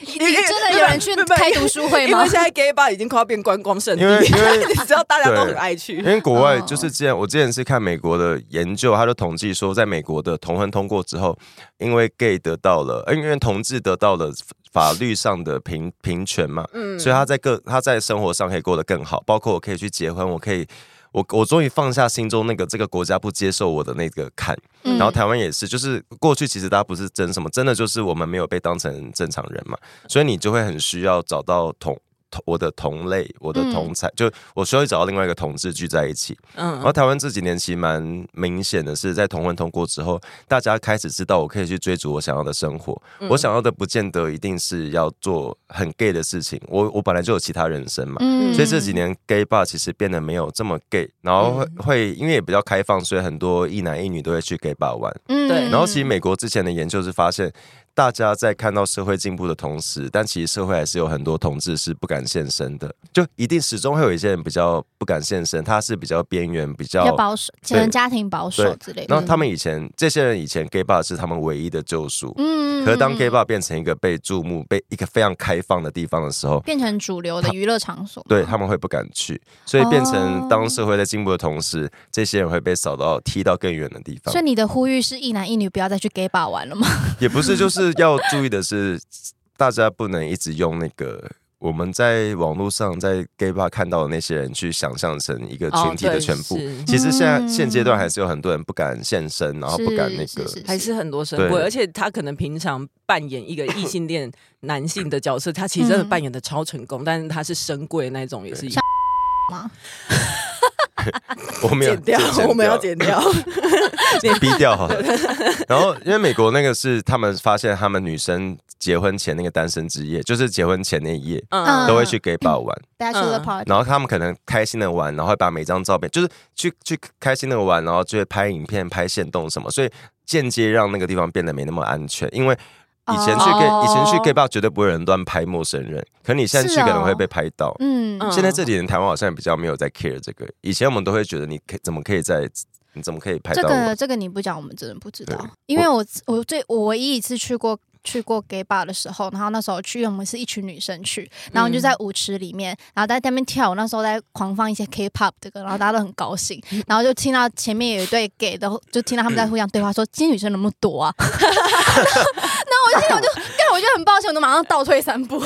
S3: 你你真的有人去开读书会
S1: 因
S3: 吗
S1: 为？现在 gay bar 已经快要变观光圣地，
S2: 因为因为
S1: 你知道大家都很爱去嗯
S2: 因。为国外
S3: 哦
S2: 就是之前我之前是看美国的研究，他就统计说，在美国的同婚通过之后，因为 gay 得到了，呃因为同志得到了法律上的平平权嘛，
S1: 嗯
S2: 所以他在各他在生活上可以过得更好，包括我可以去结婚，我可以。我我终于放下心中那个这个国家不接受我的那个坎，
S3: 嗯
S2: 然后台湾也是，就是过去其实大家不是争什么，真的就是我们没有被当成正常人嘛，所以你就会很需要找到同同我的同类，我的同才，就我需要找到另外一个同志聚在一起。然后
S1: 嗯，
S2: 台湾这几年其实蛮明显的是，在同婚通过之后，大家开始知道我可以去追逐我想要的生活。我想要的不见得一定是要做很 gay 的事情，我我本来就有其他人生嘛。
S3: 嗯
S2: 所以这几年 gay bar 其实变得没有这么 gay，然后
S3: 嗯
S2: 会,、会因为也比较开放，所以很多一男一女都会去 gay bar 玩。
S3: 嗯
S1: 对
S2: 然后其实美国之前的研究是发现，大家在看到社会进步的同时，但其实社会还是有很多同志是不敢现身的，就一定始终会有一些人比较不敢现身，他是比较边缘，
S3: 比
S2: 比较
S3: 较保守，可能
S2: 对
S3: 家庭保守之类的。
S2: 然后他们以前这些人以前 gay bar 是他们唯一的救赎，
S3: 嗯
S2: 可是当 gay
S3: 吧
S2: bar 变成一个被注目、被一个非常开放的地方的时候。
S3: 变成主流的娱乐场所，
S1: 哦
S2: 对他们会不敢去，所以变
S3: 哦
S2: 成当社会在进步的同时，这些人会被扫到踢到更远的地方
S3: 所以。你的呼吁是一男一女不要再去 gay bar 玩了吗？
S2: 也不是，就是要注意的是， 大家不能一直用那个我们在网络上在 gay bar 看到的那些人去想象成一个群体的全部。
S1: 哦对是
S2: 其实现在、
S3: 嗯
S2: 现阶段还是有很多人不敢现身，然后不敢那
S3: 是
S2: 个。
S3: 是
S1: 还是很多神棍，
S2: 对
S1: 而且他可能平常扮演一个异性恋男性的角色，他其实真的扮演的超成 功，但是他是神贵那种，也是
S2: 对
S3: 吗？
S2: 我们要
S1: 剪掉，我们要剪 掉。
S2: 逼掉好 了。然后因为美国那个是他们发现他们女生结婚前那个单身之夜，就是结婚前那一夜。
S3: 嗯
S2: 都会去 gay bar 玩，
S3: Bachelor
S1: 嗯
S3: party，
S2: 然后他们可能开心的玩，然后会把每张照片，就是去去开心的玩，然后就会拍影片、拍线动什么，所以间接让那个地方变得没那么安全。因为以前去 gay，、
S1: 哦
S2: 以前去 gay bar 绝对不会有人乱拍陌生人，可你现在去
S3: 是哦
S2: 可能会被拍到。
S3: 嗯，
S1: 嗯
S2: 现在这几年台湾好像比较没有在 care 这个，以前我们都会觉得你可怎么可以在你怎么可以拍
S3: 这
S2: 到我？
S3: 个这个你不讲，我们真的不知道
S2: 对。
S3: 因为我我最我唯一一次去过去过 gay bar 的时候，然后那时候去，因为我们是一群女生去，然后我
S1: 嗯
S3: 们就在舞池里面，然后在那边跳舞，那时候在狂放一些 K-pop 的歌，然后大家都很高兴，
S1: 嗯
S3: 然后就听到前面有一对 gay 的，就听到他们在互相对话，说今天女生那么多啊， 然后我就心里我就干，我就很抱歉，我都马上倒退三步，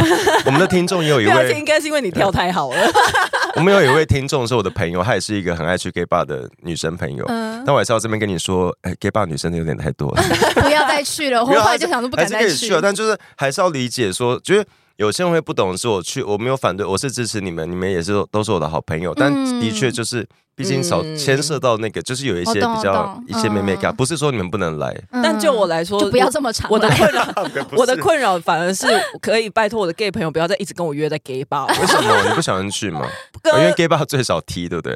S2: 我们的听众也有一
S1: 对而且应
S2: 位，
S1: 该是因为你跳太好了，
S2: 我们有一位听众是我的朋友，她也是一个很爱去 gay bar 的女生朋友。
S3: 嗯，
S2: 但我还是要这边跟你说，哎，gay bar 女生有点太多了。
S3: 不要再去了，我
S2: 没有
S3: 哦后来
S2: 还是
S3: 就想说不
S2: 还
S3: 敢
S2: 是
S3: 再
S2: 可以
S3: 去
S2: 去啊，，但就是还是要理解说，就是有些人会不懂的是，我去我没有反对，我是支持你们，你们也是都是我的好朋友，但
S3: 嗯
S2: 的确就是，毕竟少
S1: 嗯
S2: 牵涉到那个，就是有一些
S3: 我懂
S2: 比较
S3: 我懂
S2: 一些妹妹感，
S3: 嗯
S2: 不是说你们不能来，
S1: 但嗯就我来说，
S3: 就不要这么长，
S1: 我的困扰，
S2: 不是
S1: 我的困扰反而是可以拜托我的 gay 朋友不要再一直跟我约在 gay bar，
S2: 为什么你不想去 吗？哦
S1: 呃
S2: 因为 gay bar 最少踢，对不对？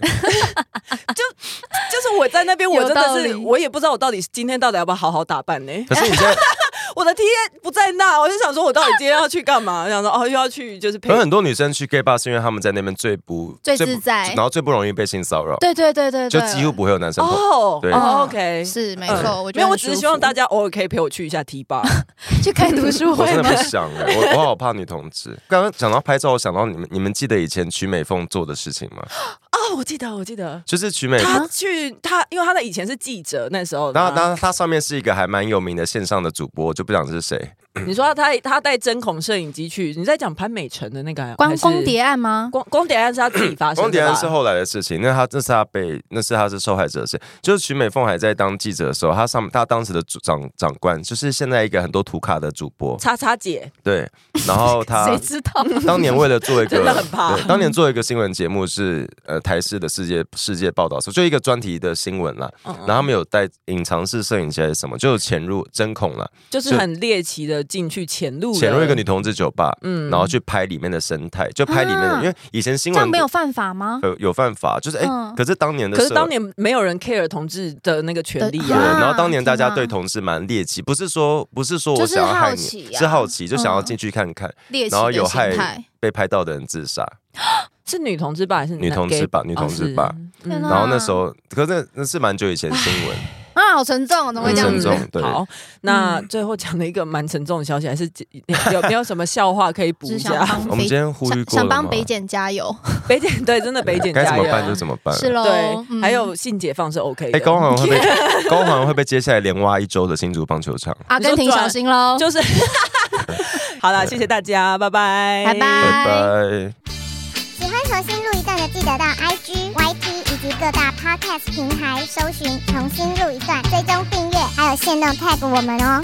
S1: 就是我在那边，我
S3: 有
S1: 真
S3: 道
S1: 的
S3: 理
S1: 是我也不知道我到底今天到底要不要好好打扮呢、
S2: 可是你 现在
S1: 我的 T A 不在那，我就想说我到底今天要去干嘛？ 想说哦又要去就是陪
S2: 有很多女生去 gay bar 是因为她们在那边最不
S3: 最
S2: 不
S3: 自在
S2: 然后最不容易被性骚扰，
S3: 对对对对
S2: 就
S3: 对，
S2: 几乎不会有男生碰。
S1: 哦
S2: 对
S1: 哦 OK
S3: 是没
S1: 嗯
S3: 错，我觉得
S1: 没有，我
S3: 很
S1: 只是
S3: 舒
S1: 希望
S3: 服
S1: 大家偶尔可以陪我去一下 T bar。
S3: 去 开读书
S2: 我
S3: 会
S2: 真的
S3: 吗
S2: 不？想哎、我我好怕女同志。刚刚讲到拍照，我想到你们，你们记得以前曲美凤做的事情吗？
S1: 哦，我记得我记得。
S2: 就是曲美
S1: 他去他，因为他的以前是记者，那时候
S2: 然后，然
S1: 嘛，
S2: 后它上面是一个还蛮有名的线上的主播，我就不讲是谁。
S1: 你说他他带针孔摄影机去，你在讲潘美辰的那个啊还
S3: 光
S1: 还是
S3: 光碟案吗？
S1: 光光碟案啊是他自己发生的吧，
S2: 光点是后来的事情，那他那是他被，那是他是受害者的事。就是曲美凤还在当记者的时候，他上他当时的主长长官就是现在一个很多图卡的主播，
S1: 叉叉姐，
S2: 对。然后他
S3: 谁知道？
S2: 当年为了做一个，
S1: 真的很怕
S2: 对，当年做一个新闻节目是呃台视的世界世界报道，就一个专题的新闻啦。
S1: 嗯
S2: 然后他们有带隐藏式摄影机还是什么，就有潜入针孔了，
S1: 就是
S2: 就
S1: 很猎奇的进去潜入了，
S2: 潜入一个女同志酒吧，
S1: 嗯
S2: 然后去拍里面的生态，就拍里面的，
S3: 啊
S2: 因为以前新
S3: 这
S2: 闻
S3: 样没有犯法吗？
S2: 有有犯法，就是哎、
S3: 嗯
S2: 可是当年的
S1: 可是
S2: 社
S1: 当。年没有人 care 同志的那个权利
S2: 对，
S3: 啊
S1: 啊，
S2: 然后当年大家
S3: 天哪
S2: 对同志蛮猎奇，不是说不是说我
S3: 就是
S2: 想要害
S3: 好
S2: 你，
S3: 奇啊
S2: 是好奇就想要
S3: 嗯
S2: 进去看看，
S3: 猎奇
S2: 然后
S3: 的
S2: 有害
S3: 心态，
S2: 被拍到的人自杀，
S1: 是女同志吧还是
S2: 女同志吧女同志吧
S3: 天啊哪
S2: 然后那时候，可是那那是蛮久以前的新闻，
S3: 啊，好沉重哦，怎么会这样
S2: 很
S3: 子
S2: 沉？重对
S1: 好，那最后讲了一个蛮沉重的消息，还是有 没有什么笑话可以补一
S3: 只
S1: 下
S3: 想？帮
S2: 我们
S3: 北
S2: 今天呼吁
S3: 想
S2: 过了
S3: 想帮
S2: 吗
S3: 北检加油，
S1: 北检对，真的北检
S2: 该怎
S1: 加
S2: 么
S1: 油，啊
S2: 办就怎么办。
S3: 是喽。
S1: 对，
S3: 嗯
S1: 还有性解放是 OK
S2: 哎，
S1: 的，
S2: 高环会 被高环会被接下来连挖一周的新竹棒球场。
S3: 阿根廷
S1: 你说转
S3: 小心喽，
S1: 就是 好了，谢谢大家，拜拜，
S3: 拜拜。
S2: 拜拜。
S4: 喜欢重新录一段的，记得到 IG、YT 以及各大 Podcast 平台搜寻“重新录一段”，追踪订阅，还有限定 tag 我们哦。